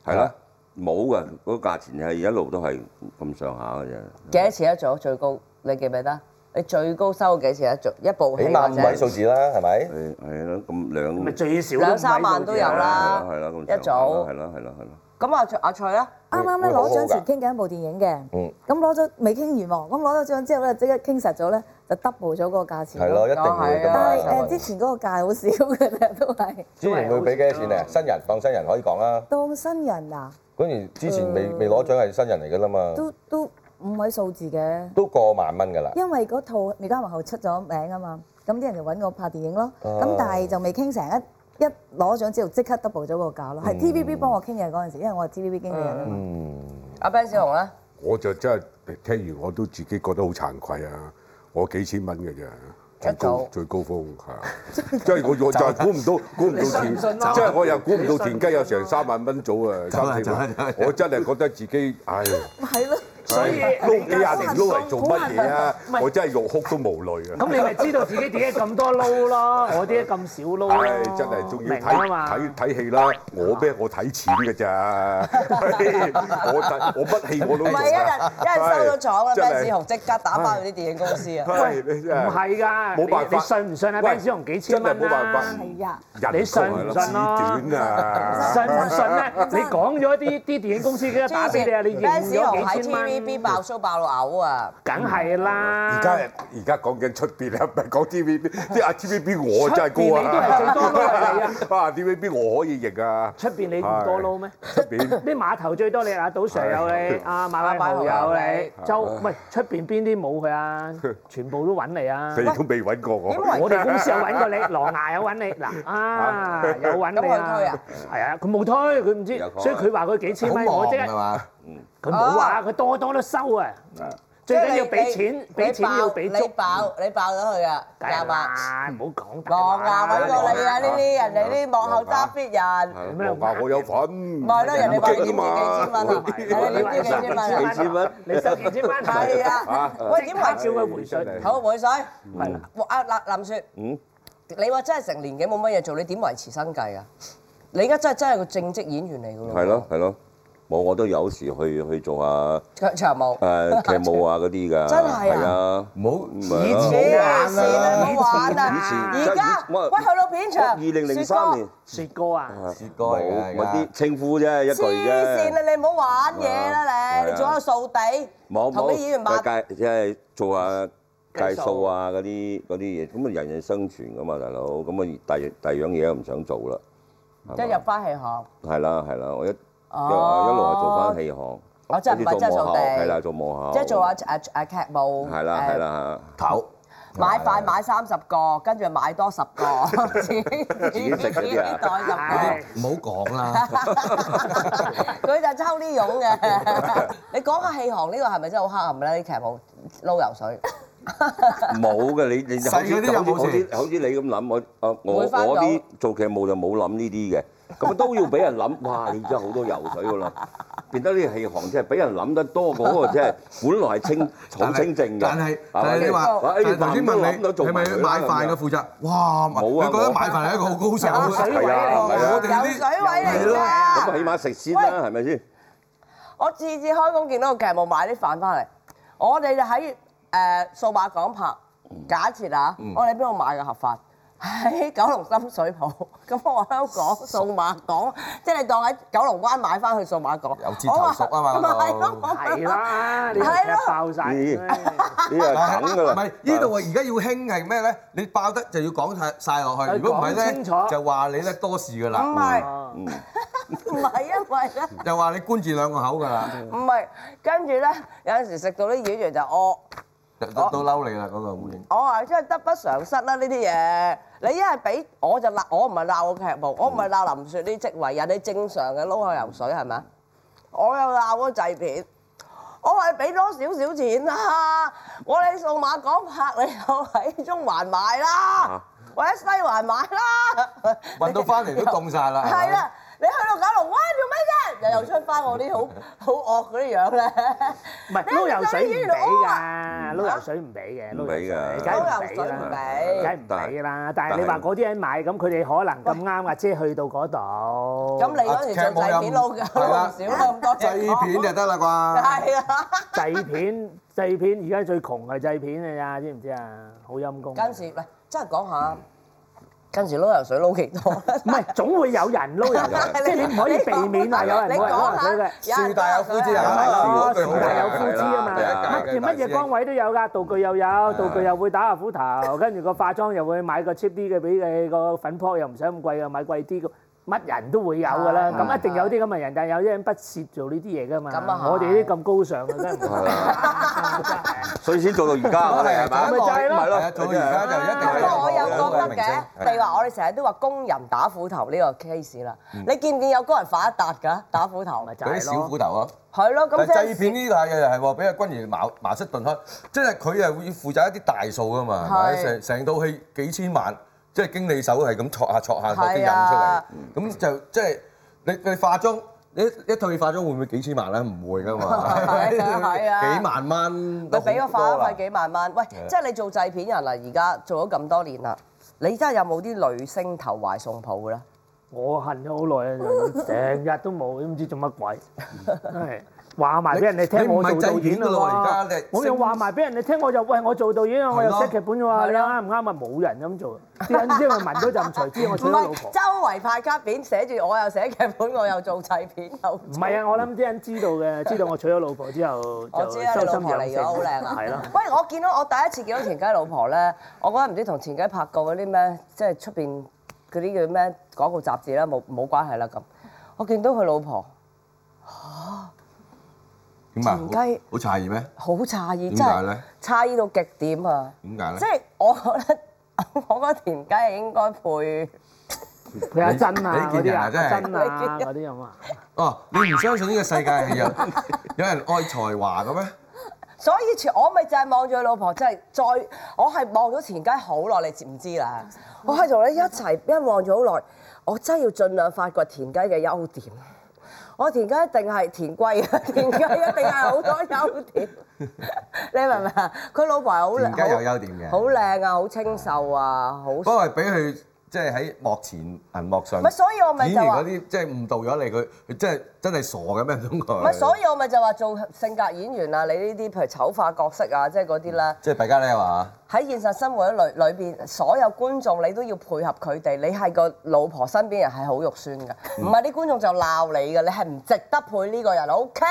[SPEAKER 5] 係啦，冇㗎，嗰個價錢係一路都係咁上下嘅啫。
[SPEAKER 1] 幾多錢一組最高？你記唔記得？你最高收過幾錢一組？一部戲
[SPEAKER 2] 起碼
[SPEAKER 1] 或
[SPEAKER 2] 五位
[SPEAKER 1] 者
[SPEAKER 2] 數字啦，係咪？
[SPEAKER 5] 係係啦，咁兩
[SPEAKER 4] 咪最少
[SPEAKER 1] 兩三萬都有
[SPEAKER 5] 係
[SPEAKER 1] 啦
[SPEAKER 5] 係啦，咁
[SPEAKER 1] 一組
[SPEAKER 5] 早係啦，係啦，係啦。
[SPEAKER 1] 咁阿阿翠咧，
[SPEAKER 8] 啱啱咧
[SPEAKER 2] 會好好
[SPEAKER 8] 攞
[SPEAKER 2] 㗎
[SPEAKER 8] 獎前傾緊一部電影嘅，
[SPEAKER 2] 嗯
[SPEAKER 8] 咁攞咗未傾完喎，咁攞咗獎之後咧，即刻傾實咗咧，就 double 咗個價錢
[SPEAKER 2] 係咯，
[SPEAKER 8] 咯。
[SPEAKER 2] 一定會㗎嘛
[SPEAKER 8] 但
[SPEAKER 1] 係
[SPEAKER 8] 係呃
[SPEAKER 1] 啊
[SPEAKER 8] 誒，之
[SPEAKER 2] 係咪。
[SPEAKER 8] 前嗰個價好少嘅 啫，都係
[SPEAKER 2] 之前會俾幾多錢咧？新人當新人可以講啦。
[SPEAKER 8] 當新人啊，
[SPEAKER 2] 嗰年之前未未攞獎係新人嚟㗎啦嘛，
[SPEAKER 8] 都都五位數字嘅，
[SPEAKER 2] 都過萬蚊㗎啦。
[SPEAKER 8] 因為嗰套《未家皇后》出咗名啊嘛，咁啲人就揾我拍電影咯，
[SPEAKER 2] 哦
[SPEAKER 8] 咁但係就未傾成一一攞獎之後即刻 double 咗個價咯，係 TVB 幫我傾嘅嗰陣時，因為我係 TVB 經理人啊嘛。
[SPEAKER 1] 阿 Ben 小紅咧，
[SPEAKER 7] 我就真係聽完我都自己覺得好慚愧啊！我幾千蚊嘅啫，最
[SPEAKER 1] 一
[SPEAKER 7] 高
[SPEAKER 1] 組
[SPEAKER 7] 最高峰係啊，即係我我就係估唔到，估唔到田，即係我又估唔到田雞有成三萬蚊組啊！三四萬，我真係覺得自己唉，
[SPEAKER 8] 係咯，
[SPEAKER 7] 所 以撈幾廿年撈嚟做乜嘢啊？我真係欲哭都無淚啊！
[SPEAKER 4] 咁你咪知道自己點解咁多撈咯，我點解咁少撈咯
[SPEAKER 7] 唉，真係仲要
[SPEAKER 4] 明啊
[SPEAKER 7] 睇
[SPEAKER 4] 嘛
[SPEAKER 7] 睇睇戲啦！我咩？我睇錢嘅咋，我睇我乜戲我都
[SPEAKER 1] 唔
[SPEAKER 7] 做
[SPEAKER 1] 係一
[SPEAKER 7] 啊
[SPEAKER 1] 日一日收咗廠啦
[SPEAKER 7] 真係
[SPEAKER 1] ，Ben 小紅即刻打翻去啲電影公司啊！
[SPEAKER 7] 唉你真係
[SPEAKER 4] 唔係㗎，
[SPEAKER 7] 冇辦法
[SPEAKER 4] 你你信唔信啊？
[SPEAKER 7] 喂
[SPEAKER 4] Ben 小紅幾千蚊
[SPEAKER 7] 真係冇辦法
[SPEAKER 4] 啊
[SPEAKER 8] 係呀。
[SPEAKER 7] 人
[SPEAKER 4] 你信唔信咯
[SPEAKER 7] 短啊！
[SPEAKER 4] 信唔信 咧？你講咗啲啲電影公司嘅打俾你啊，你
[SPEAKER 1] ，Ben
[SPEAKER 4] 認
[SPEAKER 1] 小紅
[SPEAKER 4] 咗
[SPEAKER 1] 喺
[SPEAKER 4] 幾千
[SPEAKER 1] TVB
[SPEAKER 4] 蚊，
[SPEAKER 1] 爆 show 爆到嘔啊！
[SPEAKER 4] 梗係啦。
[SPEAKER 7] 而家而家講緊出邊啊，唔係講 TVB，即係啊 TVB 我真係高
[SPEAKER 4] 出邊你都係最多都係 你啊
[SPEAKER 7] 啊！啊 TVB 我可以贏啊！
[SPEAKER 4] 出邊你唔多撈咩？
[SPEAKER 7] 出 邊
[SPEAKER 4] 啲碼頭最多你阿賭 Sir 有你，阿馬拉豪有你，周唔係出邊邊啲冇佢啊？全部都揾你啊！
[SPEAKER 7] 你都未揾過我
[SPEAKER 1] 因，為
[SPEAKER 4] 我哋公司有揾過你，羅牙有揾你，嗱啊有揾你
[SPEAKER 1] 咁佢推啊，
[SPEAKER 4] 啊係啊，佢冇推，佢唔知
[SPEAKER 5] 有，講啊
[SPEAKER 4] 所以佢話佢幾千米，我即刻
[SPEAKER 2] 嘛？
[SPEAKER 4] 佢冇話，佢多多都收啊，最緊要俾錢，俾錢要俾足
[SPEAKER 1] 你，爆你爆咗佢啊！
[SPEAKER 4] 梗
[SPEAKER 1] 廿
[SPEAKER 4] 係
[SPEAKER 1] 萬，
[SPEAKER 4] 啦，唔好講大
[SPEAKER 1] 望啊！
[SPEAKER 4] 話
[SPEAKER 1] 揾過你啊！呢啲人哋啲幕後揸 fit 人，
[SPEAKER 6] 啊
[SPEAKER 5] 係
[SPEAKER 4] 咩
[SPEAKER 5] 咯
[SPEAKER 7] 我話我有份，
[SPEAKER 1] 咪係咯，人哋話你點知幾千蚊啊？你點知幾千蚊啊？
[SPEAKER 5] 幾千蚊，
[SPEAKER 4] 你收幾千蚊，
[SPEAKER 1] 係啊！喂，點為
[SPEAKER 4] 照佢回信，
[SPEAKER 1] 好回水？
[SPEAKER 4] 係啦。
[SPEAKER 1] 哇阿林林雪，
[SPEAKER 5] 嗯
[SPEAKER 1] 你話真係成年幾冇乜嘢做，你點維持生計啊？你而家真係真係個正職演員嚟㗎咯，
[SPEAKER 5] 係咯係咯，冇我都有時去去做下
[SPEAKER 1] 長長毛。
[SPEAKER 5] 誒劇務啊嗰啲㗎，
[SPEAKER 1] 真係啊
[SPEAKER 5] 係啊，
[SPEAKER 2] 唔好
[SPEAKER 5] 咪咯
[SPEAKER 1] 黐線啊！唔好玩啊！
[SPEAKER 5] 以前
[SPEAKER 1] 而家
[SPEAKER 5] 我
[SPEAKER 1] 喂去到片場，
[SPEAKER 5] 二零零三年
[SPEAKER 1] 雪。
[SPEAKER 4] 雪哥啊，
[SPEAKER 2] 切
[SPEAKER 5] 冇
[SPEAKER 2] 歌嚟㗎，而
[SPEAKER 5] 咪
[SPEAKER 2] 家
[SPEAKER 5] 啲稱呼啫，一句
[SPEAKER 1] 哥黐線
[SPEAKER 5] 啫。
[SPEAKER 1] 啊！你唔好玩嘢啦
[SPEAKER 5] 係啊
[SPEAKER 1] 你，你仲喺度掃地，
[SPEAKER 5] 冇
[SPEAKER 1] 同
[SPEAKER 5] 冇
[SPEAKER 1] 啲演員抹
[SPEAKER 5] 計即係做下計
[SPEAKER 4] 計數
[SPEAKER 5] 數啊嗰啲嗰啲嘢，咁啊人人生存噶嘛，大佬，咁啊第二第二樣嘢唔想做啦，
[SPEAKER 1] 即係入翻戲行。
[SPEAKER 5] 係啦係啦，我一一
[SPEAKER 1] 哦
[SPEAKER 5] 路係做翻戲行，
[SPEAKER 1] 我真係唔係
[SPEAKER 5] 跟住
[SPEAKER 1] 真係
[SPEAKER 5] 做幕
[SPEAKER 1] 掃地，
[SPEAKER 5] 後，係啦做幕後，
[SPEAKER 1] 即係做下誒誒劇務。
[SPEAKER 5] 係啦
[SPEAKER 1] 誒
[SPEAKER 5] 係。啦，
[SPEAKER 2] 頭
[SPEAKER 1] 買快買三十個，跟住買多十個，自己自
[SPEAKER 5] 己食嗰啲啊
[SPEAKER 1] 袋十
[SPEAKER 4] 唉
[SPEAKER 2] 唔好講啦，
[SPEAKER 1] 個，佢就抽呢種嘅。你講下戲行呢個係咪真係好黑暗咧？啲劇務撈游水。
[SPEAKER 5] 冇嘅你你好
[SPEAKER 2] 細嗰啲有
[SPEAKER 5] 似
[SPEAKER 2] 冇
[SPEAKER 5] 好似
[SPEAKER 2] 事
[SPEAKER 5] 好似你咁諗，我啊我
[SPEAKER 1] 會翻
[SPEAKER 5] 我
[SPEAKER 1] 到
[SPEAKER 5] 啲做劇務就冇諗呢啲嘅，咁都要俾人諗，哇！你而家好多游水噶啦。變得呢個戲行即係俾人諗得多過嗰個，即係本來係清好
[SPEAKER 2] 但係
[SPEAKER 5] 清靜嘅。
[SPEAKER 2] 但係但係你
[SPEAKER 5] 係哎
[SPEAKER 2] 話，
[SPEAKER 5] 嘛
[SPEAKER 2] 但係頭先問
[SPEAKER 5] 諗
[SPEAKER 2] 你
[SPEAKER 5] 到做
[SPEAKER 2] 係咪
[SPEAKER 5] 埋佢啦
[SPEAKER 2] 買飯嘅負責？哇，
[SPEAKER 5] 冇啊
[SPEAKER 2] 你覺得
[SPEAKER 5] 冇
[SPEAKER 2] 買飯係一個好高手 啊
[SPEAKER 4] 游水位
[SPEAKER 5] 係
[SPEAKER 4] 嚟
[SPEAKER 5] 啊
[SPEAKER 1] 游
[SPEAKER 2] 我哋呢啲
[SPEAKER 1] 水位嚟
[SPEAKER 2] 係咯
[SPEAKER 5] 咁啊
[SPEAKER 1] 㗎。
[SPEAKER 5] 起碼食先啦，係咪先？
[SPEAKER 1] 我次次開工見到個劇務買啲飯翻嚟，我哋就喺誒數碼港拍。假設啊，我哋喺邊度買嘅盒飯？ 喺九龍深水埗，咁我話香港數碼港，即係你當喺九龍灣買翻去數碼港，
[SPEAKER 2] 有折頭熟啊嘛
[SPEAKER 1] 我話
[SPEAKER 2] 嗰度
[SPEAKER 1] 咪係咯
[SPEAKER 4] 㗎，係啦，你
[SPEAKER 1] 係咯
[SPEAKER 4] 爆晒。
[SPEAKER 5] 呢個係梗㗎啦。
[SPEAKER 2] 唔係呢度啊！而家要興係咩咧？你爆得就要講晒晒落去，
[SPEAKER 4] 係
[SPEAKER 2] 如果唔係
[SPEAKER 4] 講
[SPEAKER 2] 咧
[SPEAKER 4] 清楚
[SPEAKER 2] 就話你咧多事㗎
[SPEAKER 1] 唔
[SPEAKER 2] 啦，
[SPEAKER 1] 係。
[SPEAKER 4] 嗯
[SPEAKER 1] 唔係因為咧，
[SPEAKER 2] 就話你官字兩個口㗎啦，
[SPEAKER 1] 唔係跟住咧，有陣時食到啲魚完就餓，
[SPEAKER 2] 就就都嬲你啦嗰個會員。
[SPEAKER 1] 我話真係得不償失啦呢啲嘢。你一係俾我就鬧，我唔係鬧個劇務，我唔係鬧林雪呢啲職位，人哋正常嘅撈下游水係咪啊？我又鬧個製片，我話俾多少少錢啊！我哋數碼港拍你就喺中環買
[SPEAKER 4] 啊
[SPEAKER 1] 啦，或者西環買啦。
[SPEAKER 2] 運到翻嚟都凍晒
[SPEAKER 4] 啊
[SPEAKER 2] 啦，
[SPEAKER 1] 係啦，你去到九龍灣做咩啫？又又出翻我啲好好惡嗰啲樣咧。
[SPEAKER 4] 唔係撈油水唔俾㗎，撈油水唔俾嘅，
[SPEAKER 5] 唔俾㗎
[SPEAKER 4] 梗係唔俾
[SPEAKER 1] 撈油水唔
[SPEAKER 4] 啦，
[SPEAKER 1] 俾
[SPEAKER 4] 梗係唔俾啦。但係
[SPEAKER 5] 但係
[SPEAKER 4] 你話嗰啲人買，咁佢哋可能咁啱阿姐去到嗰度，
[SPEAKER 1] 咁你嗰時做製片撈嘅，
[SPEAKER 2] 係啦
[SPEAKER 1] 撈唔少啦咁多隻
[SPEAKER 2] 製片就得啦啩。
[SPEAKER 1] 係啊，
[SPEAKER 4] 製片製片而家最窮係製片㗎咋，知唔知啊？好陰公。
[SPEAKER 1] 跟住喂，真係講下，跟住撈油水撈幾多咧？
[SPEAKER 4] 唔係總會有人撈
[SPEAKER 1] Dạ.
[SPEAKER 4] 人，即係你唔可以避免話有人
[SPEAKER 1] 你
[SPEAKER 4] 冇人
[SPEAKER 1] 講
[SPEAKER 4] 撈
[SPEAKER 1] 下
[SPEAKER 4] 人水嘅。
[SPEAKER 2] 樹大有枯枝啊，
[SPEAKER 4] 哦，
[SPEAKER 2] 樹
[SPEAKER 4] 樹大有枯枝啊
[SPEAKER 5] 係
[SPEAKER 4] 嘛，
[SPEAKER 5] 啦
[SPEAKER 4] 乜嘢乜嘢崗位都有㗎，道具又有，道具又會打下斧頭，跟住個化妝又會買個 cheap 啲嘅俾你，個粉撲又唔使咁貴嘅，買貴啲嘅。乜人都會有㗎啦，
[SPEAKER 1] 係
[SPEAKER 4] 咁一定有啲咁嘅人，但係有啲人不屑做呢啲嘢㗎嘛
[SPEAKER 1] 咁啊。係
[SPEAKER 4] 我哋啲咁高尚嘅，真係唔
[SPEAKER 5] 所以先做到而家我哋係
[SPEAKER 4] 咪
[SPEAKER 5] 咪？
[SPEAKER 4] 就係咯
[SPEAKER 5] 咪咯，
[SPEAKER 2] 到而啊家就一定
[SPEAKER 1] 不
[SPEAKER 2] 係
[SPEAKER 1] 過我又覺得嘅，譬如話我哋成日都話工人打斧頭呢個 case 啦，你見唔見有工人發一笪㗎？打斧頭咪就
[SPEAKER 2] 嗰啲小斧頭啊。
[SPEAKER 1] 係咯，咁
[SPEAKER 2] 但
[SPEAKER 1] 即
[SPEAKER 2] 係製
[SPEAKER 1] 係
[SPEAKER 2] 片呢下嘢又係喎，俾阿君如茅茅塞頓開，即係佢係會負責一啲大數噶嘛，係咪
[SPEAKER 1] 係
[SPEAKER 2] 成成套戲幾千萬，即係經理手係咁戳下戳下戳啲
[SPEAKER 1] 係啊
[SPEAKER 2] 印出嚟，咁就即係你你化妝。一一套戲化妝會唔會幾千萬咧？唔會噶嘛，
[SPEAKER 1] 係啊係啊
[SPEAKER 2] 幾萬蚊都
[SPEAKER 1] 咪俾
[SPEAKER 2] 好多啦
[SPEAKER 1] 個化妝費幾萬蚊？喂，
[SPEAKER 4] 啊
[SPEAKER 1] 即係你做製片人啦，而家做咗咁多年啦，你真係有冇啲女星投懷送抱嘅咧？
[SPEAKER 4] 我恨咗好耐 啊，成日都冇，都唔知做乜鬼。係話埋俾人哋
[SPEAKER 2] 嗯你
[SPEAKER 4] 聽，
[SPEAKER 2] 你唔
[SPEAKER 4] 我
[SPEAKER 2] 係
[SPEAKER 4] 做導
[SPEAKER 2] 製
[SPEAKER 4] 演
[SPEAKER 2] 片㗎咯
[SPEAKER 4] 喎
[SPEAKER 2] 而家你
[SPEAKER 4] 我又話埋俾人哋聽，我又喂我做導演啊，我又
[SPEAKER 2] 係咯
[SPEAKER 4] 寫劇本嘅喎，
[SPEAKER 1] 係咯
[SPEAKER 4] 你啱唔啱啊？冇人咁做，啲人因為聞到陣除知我
[SPEAKER 1] 唔
[SPEAKER 4] 娶咗老
[SPEAKER 1] 係
[SPEAKER 4] 婆
[SPEAKER 2] 啊
[SPEAKER 1] 周。圍派卡片寫住我又寫劇本，我又做製片，又
[SPEAKER 4] 唔係啊，我諗啲人知 道嘅，知道我娶咗老婆之後
[SPEAKER 1] 我
[SPEAKER 4] 就
[SPEAKER 1] 知
[SPEAKER 4] 修
[SPEAKER 1] 啦，
[SPEAKER 2] 啊
[SPEAKER 1] 你老
[SPEAKER 4] 心
[SPEAKER 1] 婆嚟
[SPEAKER 4] 養性，
[SPEAKER 1] 咗好靚啊！
[SPEAKER 4] 係咯。
[SPEAKER 1] 喂，我見到我第一次見到田雞老婆咧，我嗰日唔知同田雞拍過嗰啲咩，即係出邊嗰啲叫咩廣告雜誌啦，冇冇關係啦咁。我見到佢老婆
[SPEAKER 2] 點啊？
[SPEAKER 1] 田
[SPEAKER 2] 好
[SPEAKER 1] 雞
[SPEAKER 2] 好詫異咩？
[SPEAKER 1] 好詫異，
[SPEAKER 2] 點
[SPEAKER 1] 真
[SPEAKER 2] 解
[SPEAKER 1] 係
[SPEAKER 2] 咧
[SPEAKER 1] 詫異到極點啊！
[SPEAKER 2] 點解咧
[SPEAKER 1] 即？係我覺得我覺得田雞係應該配。
[SPEAKER 4] 佢阿珍啊
[SPEAKER 2] 你
[SPEAKER 4] 嗰
[SPEAKER 2] 你見
[SPEAKER 4] 啲
[SPEAKER 2] 人
[SPEAKER 4] 啊，
[SPEAKER 2] 啊真係
[SPEAKER 4] 阿珍啊嗰啲 咁啊，
[SPEAKER 2] 哦，你唔相信呢個世界係有有人愛才華嘅咩？
[SPEAKER 1] 所以前我咪就係望住佢老婆，真係再我係望咗田雞好耐，你知唔知啦？
[SPEAKER 2] 嗯
[SPEAKER 1] 我係同你一齊一望咗好耐，我真係要盡量發掘田雞嘅優點。我田雞一定係田龜啊， 田雞一定係好多優點。你明唔明啊？佢老婆係好
[SPEAKER 2] 田
[SPEAKER 1] 靚，
[SPEAKER 2] 雞有優點嘅
[SPEAKER 1] 好靚啊，好清秀啊，好。
[SPEAKER 2] 不過係俾佢即係喺幕前銀幕上，
[SPEAKER 1] 咪所以我咪
[SPEAKER 2] 演
[SPEAKER 1] 就
[SPEAKER 2] 員
[SPEAKER 1] 話
[SPEAKER 2] 嗰啲即係誤導咗你，佢佢真係真係傻嘅咩？唔通佢？
[SPEAKER 1] 咪所以我咪就話做性格演員啊，你呢啲譬如醜化角色啊，即係嗰啲咧。
[SPEAKER 2] 即係大家咧話，
[SPEAKER 1] 喺現實生活裏裏邊，所有觀眾你都要配合佢哋，你係個老婆身邊人係好肉酸嘅，
[SPEAKER 2] 嗯
[SPEAKER 1] 唔係啲觀眾就鬧你嘅，你係唔值得配呢個人，OK？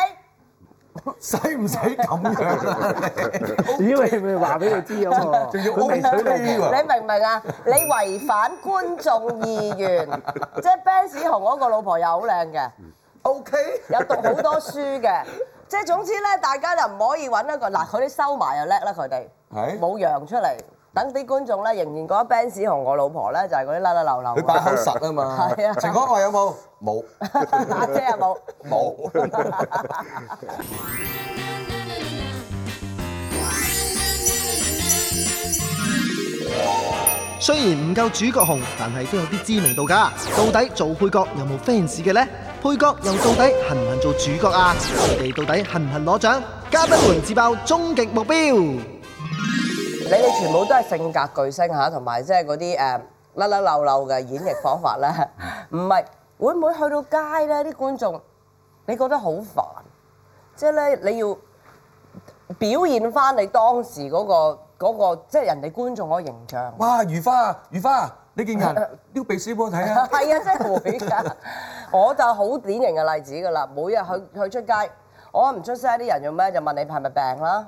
[SPEAKER 2] 使唔使咁樣啊？
[SPEAKER 4] 因為咪話俾佢知咁 喎，
[SPEAKER 2] 仲要
[SPEAKER 4] 佢未娶老
[SPEAKER 2] OK
[SPEAKER 4] 婆。
[SPEAKER 2] 喎
[SPEAKER 1] 你明唔明 啊？你違反觀眾意願，即係 Ben 子雄嗰個老婆又好靚嘅，
[SPEAKER 2] 嗯？OK，
[SPEAKER 1] 有讀好多書嘅，即係總之咧，大家就唔可以揾一個嗱，佢啲收埋又叻啦，佢哋
[SPEAKER 2] 係
[SPEAKER 1] 冇揚出嚟，等啲觀眾咧仍然覺得 Ben 子雄我老婆咧就係嗰啲啦啦流流
[SPEAKER 2] 佢把口實啊嘛。
[SPEAKER 1] 係啊
[SPEAKER 2] 情講我有冇？冇，
[SPEAKER 1] 打姐有冇？
[SPEAKER 2] 冇。
[SPEAKER 3] 雖然唔夠主角紅，但係都有啲知名度㗎。到底做配角有冇 fans 嘅呢？配角又到底恨唔恨做主角啊？佢哋到底恨唔恨攞獎？嘉賓們自爆終極目標。
[SPEAKER 1] 你哋全部都係性格巨星嚇，同埋即係嗰啲誒甩甩漏漏嘅演繹方法咧，唔係會唔會去到街咧啲觀眾，你覺得好煩，即係咧你要表現翻你當時嗰、個嗰、個即係人哋觀眾嗰個形象。
[SPEAKER 2] 哇！如花，如花，呢件人撩鼻屎俾我睇啊！
[SPEAKER 1] 係啊，真係會㗎。我就好典型嘅例子㗎啦。每日去去出街，我唔出聲啲人用咩就問你係咪病啦，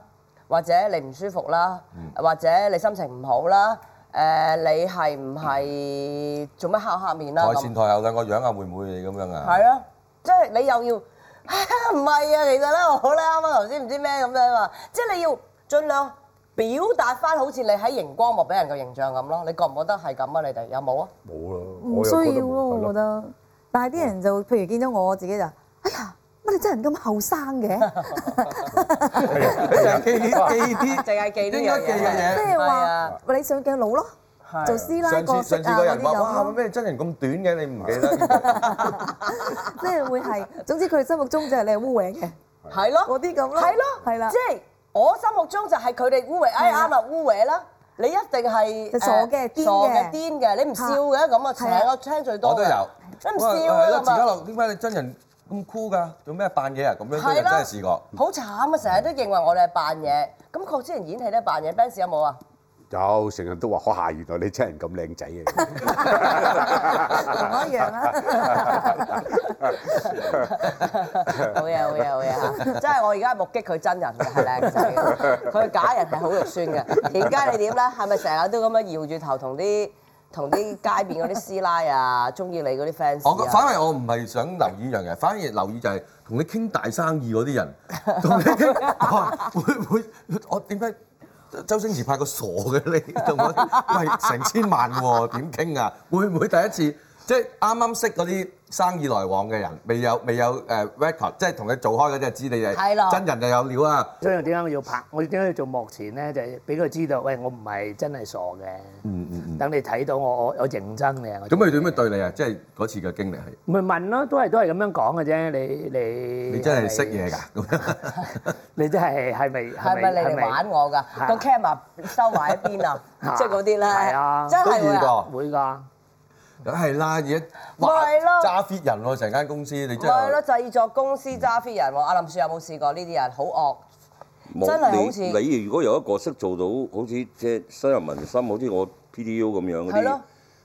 [SPEAKER 1] 或者你唔舒服啦，或者你心情唔好啦。誒、你係唔係做乜敲下面啦？
[SPEAKER 2] 台
[SPEAKER 1] 咁
[SPEAKER 2] 前台後兩個樣啊，會唔會咁樣啊？
[SPEAKER 1] 係啊，即係你又要 唔係啊？其實咧，我咧啱啱頭先唔知咩咁樣嘛，即係你要盡量表達翻好似你喺熒光幕俾人嘅形象咁咯。你覺唔覺得係咁啊？你哋有冇啊？
[SPEAKER 6] 冇啦，
[SPEAKER 8] 唔
[SPEAKER 6] 我又覺得
[SPEAKER 8] 需要咯，
[SPEAKER 6] 冇係
[SPEAKER 8] 我覺得。但係啲人就譬如見到我自己就，哎呀，
[SPEAKER 9] 乜你真人咁後生嘅？
[SPEAKER 1] 淨係記呢樣嘢。
[SPEAKER 9] 即係話你上鏡佬咯，
[SPEAKER 1] 啊係
[SPEAKER 9] 做師奶
[SPEAKER 2] 上
[SPEAKER 9] 角
[SPEAKER 2] 次
[SPEAKER 9] 色
[SPEAKER 2] 上
[SPEAKER 9] 啊
[SPEAKER 2] 次個
[SPEAKER 9] 嗰
[SPEAKER 2] 人
[SPEAKER 9] 啲
[SPEAKER 2] 話：
[SPEAKER 9] 有
[SPEAKER 2] 哇，
[SPEAKER 9] 咯，
[SPEAKER 2] 咩真人咁短嘅，你唔記得？
[SPEAKER 9] 即係會係。總之佢哋心目中就係你係污衊嘅
[SPEAKER 1] 係咯。
[SPEAKER 9] 嗰啲咁咯。
[SPEAKER 1] 係咯，
[SPEAKER 9] 係啦，
[SPEAKER 1] 即係我心目中就係佢哋污衊，哎，
[SPEAKER 9] 係啊。
[SPEAKER 1] 啱啦，污衊啦。你一定係，
[SPEAKER 9] 就傻
[SPEAKER 1] 誒，
[SPEAKER 9] 嘅，癲嘅。
[SPEAKER 1] 傻嘅，癲嘅，你唔笑嘅，咁啊，請，
[SPEAKER 9] 係啊。
[SPEAKER 1] 我聽最多嘅。
[SPEAKER 2] 我都有。
[SPEAKER 1] 你唔笑
[SPEAKER 2] 喂
[SPEAKER 1] 啊
[SPEAKER 2] 係咯，
[SPEAKER 1] 咁啊
[SPEAKER 2] 自家樂點解你真人咁酷㗎？做咩扮嘢啊？咁樣
[SPEAKER 1] 係
[SPEAKER 2] 真
[SPEAKER 1] 啦
[SPEAKER 2] 係試過。
[SPEAKER 1] 好慘啊，成日都認為我哋係扮嘢。咁佢之前演戲都係扮嘢，Benz有冇啊？
[SPEAKER 6] 有成日都話，哦哇！原啊來你真人咁靚仔啊嘅，
[SPEAKER 9] 同我一樣啊 啦。
[SPEAKER 1] 好嘢，好嘢，好嘢嚇。真係我而家目擊佢真人，係靚仔嘅。佢假人係好肉酸嘅。田佳你點咧？係咪成日都咁樣搖住頭同啲-同啲街邊嗰啲師奶啊，鍾意你嗰啲fans
[SPEAKER 2] 我
[SPEAKER 1] 啊？
[SPEAKER 2] 反為我唔係想留意呢樣嘢，反而留意就係同你傾大生意嗰啲人，同你傾哇會會我點解周星馳拍個傻嘅你同我喂成千萬喎點傾啊？會唔會第一次即係啱啱識嗰啲生意來往嘅人，未有未有誒 record，即係同佢做開嗰啲就知你
[SPEAKER 1] 係咯
[SPEAKER 2] 係真人就有料啊！
[SPEAKER 4] 所以點解我要拍？我點解要做幕前咧？就係俾佢知道，喂，我唔係真係傻嘅。
[SPEAKER 2] 嗯嗯嗯，
[SPEAKER 4] 等你睇到我，我我認真嘅。我
[SPEAKER 2] 咁佢點樣對你啊？即係嗰次嘅經歷係
[SPEAKER 4] 咪問咯，都係都係咁樣講嘅啫。你你
[SPEAKER 2] 你真係識嘢㗎？咁樣
[SPEAKER 4] 你真係係咪係
[SPEAKER 1] 係咪你嚟
[SPEAKER 4] 係咪
[SPEAKER 1] 玩我㗎？
[SPEAKER 4] 係啊。
[SPEAKER 1] 個camera收埋一邊啊？
[SPEAKER 4] 嚇。
[SPEAKER 1] 即係嗰啲咧，
[SPEAKER 4] 係啊。
[SPEAKER 2] 都
[SPEAKER 1] 真係會啊？
[SPEAKER 2] 遇過。
[SPEAKER 4] 會㗎？
[SPEAKER 2] 梗係啦，而家
[SPEAKER 1] 咪係咯
[SPEAKER 2] 揸 fit 人喎，成間公司你
[SPEAKER 1] 咪
[SPEAKER 2] 真
[SPEAKER 1] 係咯，
[SPEAKER 2] 係
[SPEAKER 1] 製作公司揸飛人喎。阿林雪有冇試過呢啲人？好惡。
[SPEAKER 5] 冇
[SPEAKER 1] 真係好似
[SPEAKER 5] 你你如果有一個識做到好似即係深入民心，好似我 PDU 咁樣嗰
[SPEAKER 1] 係咯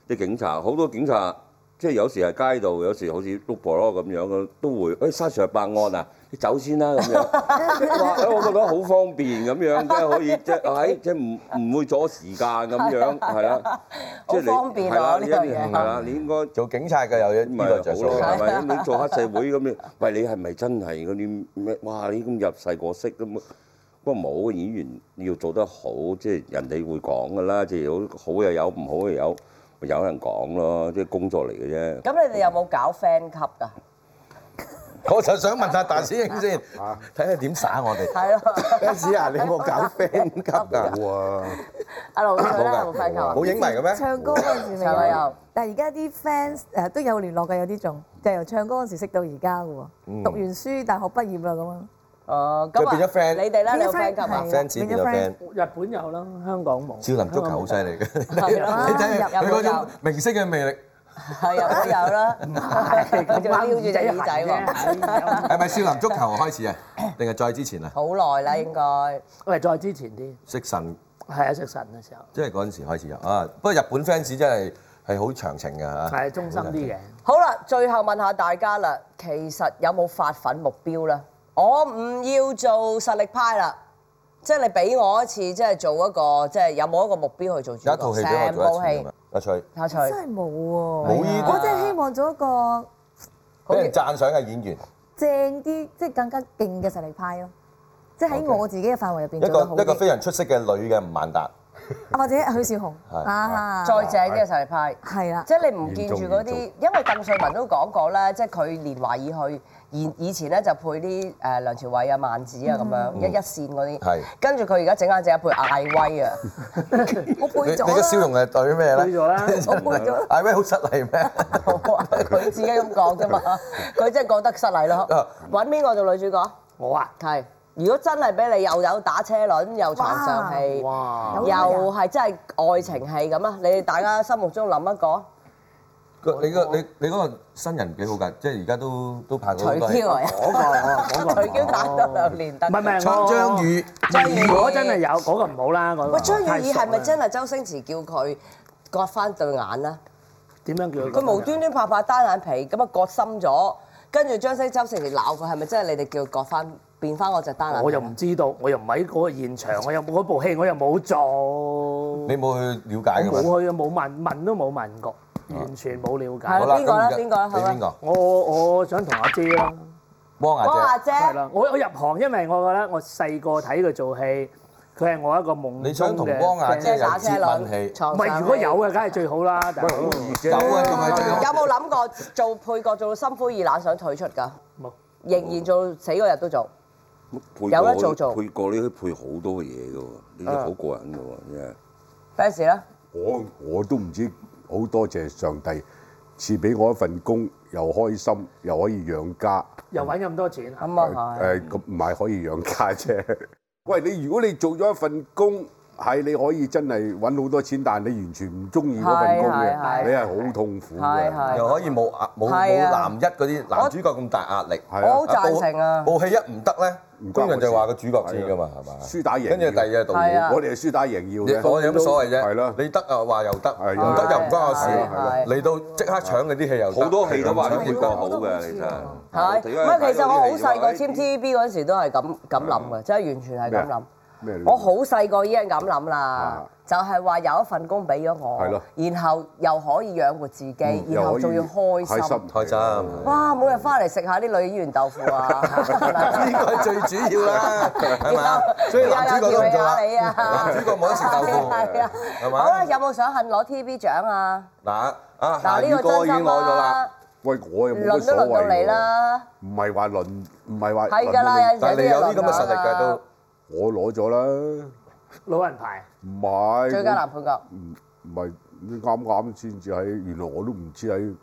[SPEAKER 5] 啲啲警察，好多警察即係有時係街度，有時好似碌婆咯咁樣嘅都會，誒沙 Sir 辦案啊，你走先啦咁 樣。哇！誒我覺得好方便咁樣，即係可以即係喺即係唔唔會阻時間咁樣，係啦。即係你
[SPEAKER 1] 好方便啊
[SPEAKER 5] 係啦，
[SPEAKER 1] 呢
[SPEAKER 5] 你一
[SPEAKER 1] 樣
[SPEAKER 5] 定
[SPEAKER 1] 嘢
[SPEAKER 5] 係啦，你應該。
[SPEAKER 2] 做警察嘅有
[SPEAKER 5] 咁
[SPEAKER 2] 呢
[SPEAKER 5] 咪
[SPEAKER 2] 個著
[SPEAKER 5] 好
[SPEAKER 2] 數
[SPEAKER 5] 咯，
[SPEAKER 2] 啦。
[SPEAKER 5] 係咪？咁你做黑社會咁你，喂你係咪真係嗰啲咩？哇！你咁入世過色咁，不過冇嘅啊演員要做得好，即係人哋會講噶啦，即係好好又有，唔好又有，咪有人講咯，即係工作嚟嘅啫。
[SPEAKER 1] 咁你哋有冇搞fan club㗎？
[SPEAKER 2] 我就想問下大師兄先，睇下點耍我哋。
[SPEAKER 1] 係咯。
[SPEAKER 2] Benz 啊，你有冇搞 friend 級啊？
[SPEAKER 6] 冇啊！
[SPEAKER 1] 阿盧Sir咧，
[SPEAKER 2] 冇㗎，
[SPEAKER 1] 有冇fan club啊？
[SPEAKER 2] 冇影迷嘅咩？
[SPEAKER 9] 唱歌嗰陣時未
[SPEAKER 1] 唱歌
[SPEAKER 9] 有
[SPEAKER 1] 有，
[SPEAKER 9] 但係而家啲 fans 誒都有聯絡嘅，有啲仲就係由唱歌嗰陣時識到而家嘅
[SPEAKER 2] 嗯
[SPEAKER 9] 喎。讀完書，大學畢業啦咁啊。
[SPEAKER 1] 哦，咁啊，
[SPEAKER 2] 就變咗friend。
[SPEAKER 1] 你哋咧，你有fan
[SPEAKER 9] 變咗friend，
[SPEAKER 1] club啊？
[SPEAKER 9] 係啊
[SPEAKER 2] fans 變咗 friend，
[SPEAKER 4] 日本有啦，香港冇。
[SPEAKER 2] 少林足球好犀利嘅。
[SPEAKER 1] 係咯。
[SPEAKER 2] 你睇下
[SPEAKER 1] 有冇
[SPEAKER 2] 佢嗰
[SPEAKER 1] 有
[SPEAKER 2] 種明星嘅魅力，
[SPEAKER 1] Ờ, 係，有啦，有啦。 佢仲撩住隻耳仔喎。
[SPEAKER 4] 喎。
[SPEAKER 2] 係咪少林足球開始啊？定係再之前啊？
[SPEAKER 1] 好耐啦，應該。係，
[SPEAKER 4] 喂，再之前啲，
[SPEAKER 2] 食神
[SPEAKER 4] 係啊，食神嘅時候，
[SPEAKER 2] 即係嗰陣時開始有啊。不過日本 fans 真係係好長情㗎啊嚇。
[SPEAKER 4] 係中心啲嘅。
[SPEAKER 1] 好啦，最後問下大家啦，其實有冇發奮目標咧？我唔要做實力派啦，即係你俾我一次，即係做一個，即係有冇一個目標去做主角？
[SPEAKER 2] 有一套戲俾我做一次㗎
[SPEAKER 1] 成部
[SPEAKER 2] 嘛，阿翠
[SPEAKER 1] 戲，阿翠，
[SPEAKER 9] 真係冇喎。
[SPEAKER 2] 冇呢啲
[SPEAKER 9] 我真係希望做一個
[SPEAKER 2] 俾人讚賞嘅演員，
[SPEAKER 9] 正啲，即係更加勁嘅實力派咯。即係喺
[SPEAKER 2] OK
[SPEAKER 9] 我自己嘅範圍入邊
[SPEAKER 2] 一
[SPEAKER 9] 做得好
[SPEAKER 2] 個一個
[SPEAKER 9] 啲
[SPEAKER 2] 非。常出色嘅女嘅吳曼達。
[SPEAKER 9] 啊或者許少雄
[SPEAKER 2] 係
[SPEAKER 9] 啊，
[SPEAKER 1] 再正啲嘅實力派，
[SPEAKER 9] 係啦。
[SPEAKER 1] 即係你唔見住嗰啲，因為鄧萃雯都講過啦，即係佢連華爾去，以以前咧就配啲誒梁朝偉啊、萬子啊咁樣一一線嗰啲
[SPEAKER 2] 係，
[SPEAKER 1] 跟住佢而家整下整下配艾威 啊，
[SPEAKER 9] 我背
[SPEAKER 2] 你你
[SPEAKER 8] 啊
[SPEAKER 9] 咗
[SPEAKER 2] 嘅笑
[SPEAKER 9] 啦，
[SPEAKER 2] 容係對咩咧？
[SPEAKER 4] 背咗啦
[SPEAKER 2] 我背咗。 係咩好失禮咩？
[SPEAKER 1] 冇啊佢自己咁講啫嘛，佢真係覺得失禮咯
[SPEAKER 2] 啊。
[SPEAKER 1] 揾邊個做女主角？
[SPEAKER 4] 我啊，
[SPEAKER 1] 係，如果真係俾你又有打車輪，又床上戲，
[SPEAKER 4] 哇！
[SPEAKER 9] 有
[SPEAKER 1] 又係真係愛情戲咁啊！你哋大家心目中諗一個，
[SPEAKER 2] 個你個你你嗰個新人幾好㗎，即係而家都都拍過好
[SPEAKER 1] 徐
[SPEAKER 2] 多
[SPEAKER 1] 嬌
[SPEAKER 2] 戲。
[SPEAKER 1] 啊，
[SPEAKER 4] 嗰個 嗰個
[SPEAKER 1] 徐嬌打咗兩年得
[SPEAKER 4] 唔係唔
[SPEAKER 1] 㗎。
[SPEAKER 4] 係，
[SPEAKER 2] 張
[SPEAKER 4] 我
[SPEAKER 2] 張。宇
[SPEAKER 1] 張宇
[SPEAKER 4] 如果真係有嗰個唔好啦，嗰個
[SPEAKER 1] 喂，張
[SPEAKER 4] 太
[SPEAKER 1] 雨
[SPEAKER 4] 熟
[SPEAKER 1] 綺係咪
[SPEAKER 4] 啦
[SPEAKER 1] 真係周星馳叫佢割翻對眼咧？
[SPEAKER 4] 點樣叫佢？
[SPEAKER 1] 佢無端端拍拍單眼皮，咁啊割深咗，跟住張星周星馳鬧佢，係咪真係你哋叫佢割翻變翻我隻單眼皮？
[SPEAKER 4] 我又唔知道，我又唔喺嗰個現場，我又嗰部戲我又冇做，
[SPEAKER 2] 你冇去了解㗎嘛？
[SPEAKER 4] 冇去啊，冇問問都冇問過，完全冇了
[SPEAKER 1] 係
[SPEAKER 4] 解。
[SPEAKER 1] 邊個啦
[SPEAKER 2] 咁而家
[SPEAKER 1] 邊個啦
[SPEAKER 2] 你
[SPEAKER 1] 好啊
[SPEAKER 2] 邊個？
[SPEAKER 4] 我我想同阿姐啦，
[SPEAKER 1] 幫
[SPEAKER 2] 汪阿
[SPEAKER 1] 阿
[SPEAKER 2] 姐。
[SPEAKER 1] 姐，
[SPEAKER 4] 係啦，我我入行，因為我覺得我細個睇佢做戲，佢係我一個夢
[SPEAKER 2] 你想
[SPEAKER 4] 中
[SPEAKER 2] 同
[SPEAKER 4] 嘅
[SPEAKER 2] 汪阿
[SPEAKER 4] friend
[SPEAKER 2] 姐
[SPEAKER 1] 即係
[SPEAKER 2] 有
[SPEAKER 1] 打
[SPEAKER 2] 接
[SPEAKER 1] 車
[SPEAKER 2] 吻
[SPEAKER 1] 輪，
[SPEAKER 2] 戲？
[SPEAKER 1] 床
[SPEAKER 4] 唔
[SPEAKER 1] 上
[SPEAKER 4] 係如果
[SPEAKER 1] 戲
[SPEAKER 4] 有嘅，梗係最好啦。但係
[SPEAKER 2] 有啊，仲係最好
[SPEAKER 1] 有。冇諗過做配角做到心灰意冷想退出㗎？
[SPEAKER 4] 冇
[SPEAKER 1] 仍然做死嗰日都做。
[SPEAKER 5] 配
[SPEAKER 1] 有得做
[SPEAKER 5] 角
[SPEAKER 1] 啊做
[SPEAKER 5] 配角你可以配好多嘢嘅喎，你真係好過癮嘅喎，真係。
[SPEAKER 1] 嗰陣時咧，
[SPEAKER 6] 我我都唔知好多謝上帝賜俾我一份工，又開心，又可以養家。
[SPEAKER 4] 又揾咁多錢啊！
[SPEAKER 1] 咁啊係。
[SPEAKER 6] 誒咁唔係可以養家啫。 喂，你如果你做咗一份工，係你可以真係揾好多錢，但係你完全唔中意嗰份工
[SPEAKER 1] 係係
[SPEAKER 6] 嘅，
[SPEAKER 1] 係
[SPEAKER 6] 你係好痛苦
[SPEAKER 1] 係
[SPEAKER 6] 嘅。
[SPEAKER 1] 係。
[SPEAKER 2] 又可以冇壓冇
[SPEAKER 1] 係
[SPEAKER 2] 冇
[SPEAKER 1] 啊
[SPEAKER 2] 男一嗰啲男主角咁大壓力。
[SPEAKER 6] 係
[SPEAKER 1] 我好
[SPEAKER 6] 啊，
[SPEAKER 1] 贊成啊
[SPEAKER 2] 部部戲一唔得咧，
[SPEAKER 6] 唔關我事
[SPEAKER 2] 工人就話個主角先㗎嘛，係嘛？
[SPEAKER 6] 輸打贏
[SPEAKER 2] 跟住第二日導
[SPEAKER 1] 係
[SPEAKER 2] 演
[SPEAKER 1] 啊，
[SPEAKER 6] 我哋係輸打贏要嘅。
[SPEAKER 2] 我有乜所謂啫？
[SPEAKER 6] 係啦，
[SPEAKER 2] 你得啊話又得，
[SPEAKER 6] 係
[SPEAKER 2] 唔得又唔關我事。
[SPEAKER 1] 係係
[SPEAKER 2] 嚟到即刻搶嗰啲戲又得
[SPEAKER 5] 好多戲都話啲配
[SPEAKER 9] 係
[SPEAKER 5] 角好
[SPEAKER 9] 係
[SPEAKER 5] 嘅，其實。
[SPEAKER 9] 啊
[SPEAKER 1] 係，
[SPEAKER 5] 我突然間
[SPEAKER 1] 唔係
[SPEAKER 5] 睇
[SPEAKER 1] 其實
[SPEAKER 5] 到
[SPEAKER 1] 我
[SPEAKER 5] 呢
[SPEAKER 1] 好
[SPEAKER 5] 樣嘢
[SPEAKER 1] 細個
[SPEAKER 5] 話
[SPEAKER 1] 簽
[SPEAKER 5] 咦
[SPEAKER 1] TVB 嗰陣時都係咁咁諗嘅，真係完全係咁諗。
[SPEAKER 6] 咩料
[SPEAKER 1] 我好細個已經係咁諗
[SPEAKER 2] 啊
[SPEAKER 1] 啦，就係話有一份工俾咗
[SPEAKER 6] 係
[SPEAKER 1] 我
[SPEAKER 6] 咯，
[SPEAKER 1] 然後又可以養活自己，
[SPEAKER 2] 嗯
[SPEAKER 1] 然後仲要開心。
[SPEAKER 2] 開心。
[SPEAKER 1] 哇！每日翻嚟食下啲女演員豆腐啊， 係咪啊
[SPEAKER 2] 呢個係最主 要啦，係嘛？所以男主角都
[SPEAKER 1] 有有調
[SPEAKER 2] 唔做啦。
[SPEAKER 1] 戲下你啊
[SPEAKER 2] 男主角冇得食豆腐，
[SPEAKER 1] 係啊，
[SPEAKER 2] 係
[SPEAKER 1] 好啦，
[SPEAKER 2] 嘛？
[SPEAKER 1] 有冇想恨攞 TV 獎啊？
[SPEAKER 2] 嗱啊，夏
[SPEAKER 1] 嗱，
[SPEAKER 2] 雨
[SPEAKER 1] 呢個
[SPEAKER 2] 哥已
[SPEAKER 1] 真心
[SPEAKER 2] 經攞咗啦
[SPEAKER 1] 啦，，
[SPEAKER 6] 喂，我又冇乜
[SPEAKER 1] 輪都
[SPEAKER 6] 所
[SPEAKER 1] 輪到
[SPEAKER 6] 謂
[SPEAKER 1] 你
[SPEAKER 6] 喎。
[SPEAKER 1] 啦，
[SPEAKER 6] 唔係話輪，唔係話
[SPEAKER 1] 係
[SPEAKER 6] 輪
[SPEAKER 1] 㗎
[SPEAKER 6] 到
[SPEAKER 1] 啦，
[SPEAKER 6] 你
[SPEAKER 1] 有陣
[SPEAKER 2] 但係
[SPEAKER 1] 時
[SPEAKER 2] 你有
[SPEAKER 1] 都
[SPEAKER 2] 啲咁嘅實力
[SPEAKER 1] 㗎
[SPEAKER 2] 嘅都。
[SPEAKER 6] 我攞咗啦，
[SPEAKER 4] 老人牌
[SPEAKER 6] 唔係
[SPEAKER 1] 最佳男配角。
[SPEAKER 6] 唔係啱啱先至喺，原來我都唔知喺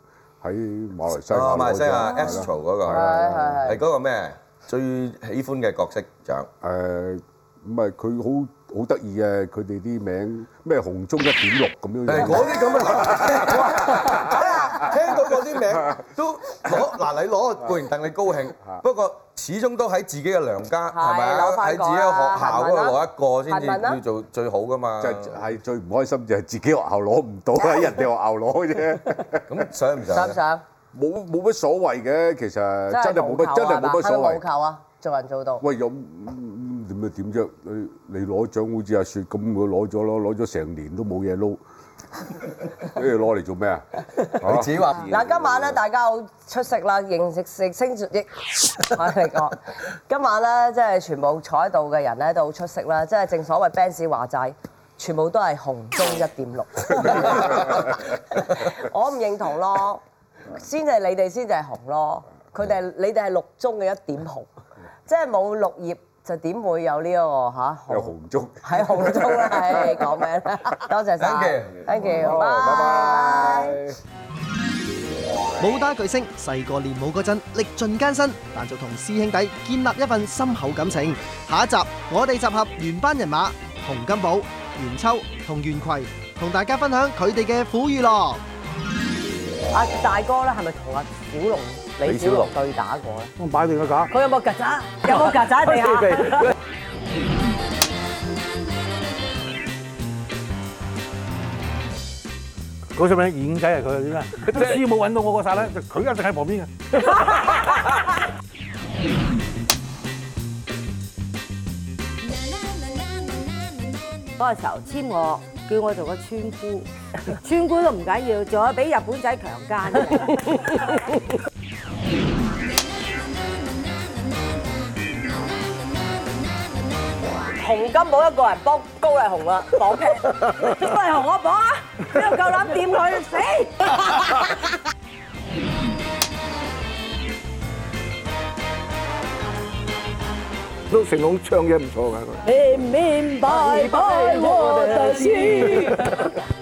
[SPEAKER 6] 喺馬來西
[SPEAKER 2] 啊
[SPEAKER 6] 亞攞咗。
[SPEAKER 2] 馬來西亞
[SPEAKER 6] 係啦
[SPEAKER 2] Astro 嗰個
[SPEAKER 6] 係
[SPEAKER 1] 係
[SPEAKER 6] 啊
[SPEAKER 1] 係
[SPEAKER 2] 係
[SPEAKER 1] 係。
[SPEAKER 2] 嗰個咩最喜歡嘅角色獎。
[SPEAKER 6] 誒唔係佢好好得意嘅，佢哋啲名咩紅中一點六咁
[SPEAKER 2] 誒
[SPEAKER 6] 樣樣。
[SPEAKER 2] 嗰啲 咁嘅，哇聽到嗰啲名都攞 嗱，你攞固然戥你高 興，不過始終都喺自己嘅娘家係咪啊
[SPEAKER 1] 攞？
[SPEAKER 2] 喺
[SPEAKER 1] 返
[SPEAKER 2] 自
[SPEAKER 1] 個
[SPEAKER 2] 己嘅學校嗰度攞一個先
[SPEAKER 1] 行運啦
[SPEAKER 2] 至叫做最好噶嘛
[SPEAKER 6] 就。係最唔開心就係自己學校攞唔 到喺人哋學校攞啫，
[SPEAKER 2] 咁想唔想
[SPEAKER 1] 想唔
[SPEAKER 2] 咧？
[SPEAKER 1] 想？
[SPEAKER 6] 冇冇乜所謂嘅，其實真係冇乜真係冇乜所
[SPEAKER 1] 係咪無
[SPEAKER 6] 謂。
[SPEAKER 1] 求啊？做人做到。
[SPEAKER 6] 喂，有嗯點啊點啫？你你攞獎好似阿雪咁，我攞咗咯，攞咗成年都冇嘢 撈，你攞嚟做咩啊？
[SPEAKER 2] 你自己話
[SPEAKER 1] 嗱，今晚咧大家好出色啦，認識識清楚亦 我嚟講，今晚咧即係全部坐喺度嘅人咧都好出色啦，即係正所謂 Benz 話齋，全部都係紅中一點六， 我唔認同咯，先係你哋先至係紅咯，佢哋係你哋係綠中嘅一點紅，即係冇綠葉就點會有呢、個嚇、
[SPEAKER 6] 有
[SPEAKER 1] 紅？
[SPEAKER 6] 紅中。
[SPEAKER 1] 喺紅中啦，唉講咩咧？多謝晒
[SPEAKER 2] Thank you
[SPEAKER 1] ，thank you，拜拜。
[SPEAKER 3] 武打巨星細個練武嗰陣歷盡艱辛，但就同師兄弟建立一份深厚感情。下一集我哋集合原班人馬洪金寶、袁秋同袁葵，同大家分享佢哋嘅苦與樂。
[SPEAKER 1] 阿啊大哥咧係咪同阿小龍李小龍對打 過咧？
[SPEAKER 4] 我擺定個架。
[SPEAKER 1] 佢有冇曱 甴？有冇曱甴喺地
[SPEAKER 10] 啊
[SPEAKER 1] 下？
[SPEAKER 4] 嗰隻名演仔係佢點啊？師冇揾到我嗰剎咧，就佢一直喺旁邊嘅。
[SPEAKER 10] 嗰個時候簽我，叫我做個村姑，村姑都唔緊要，仲有俾日本仔強姦嘅。
[SPEAKER 1] 洪金寶一個人幫高麗紅啦，綁劈。
[SPEAKER 10] 都係同我講啊，邊度夠膽掂佢死？
[SPEAKER 4] 都成龍唱嘢唔錯㗎佢。
[SPEAKER 10] 明明白白我的心。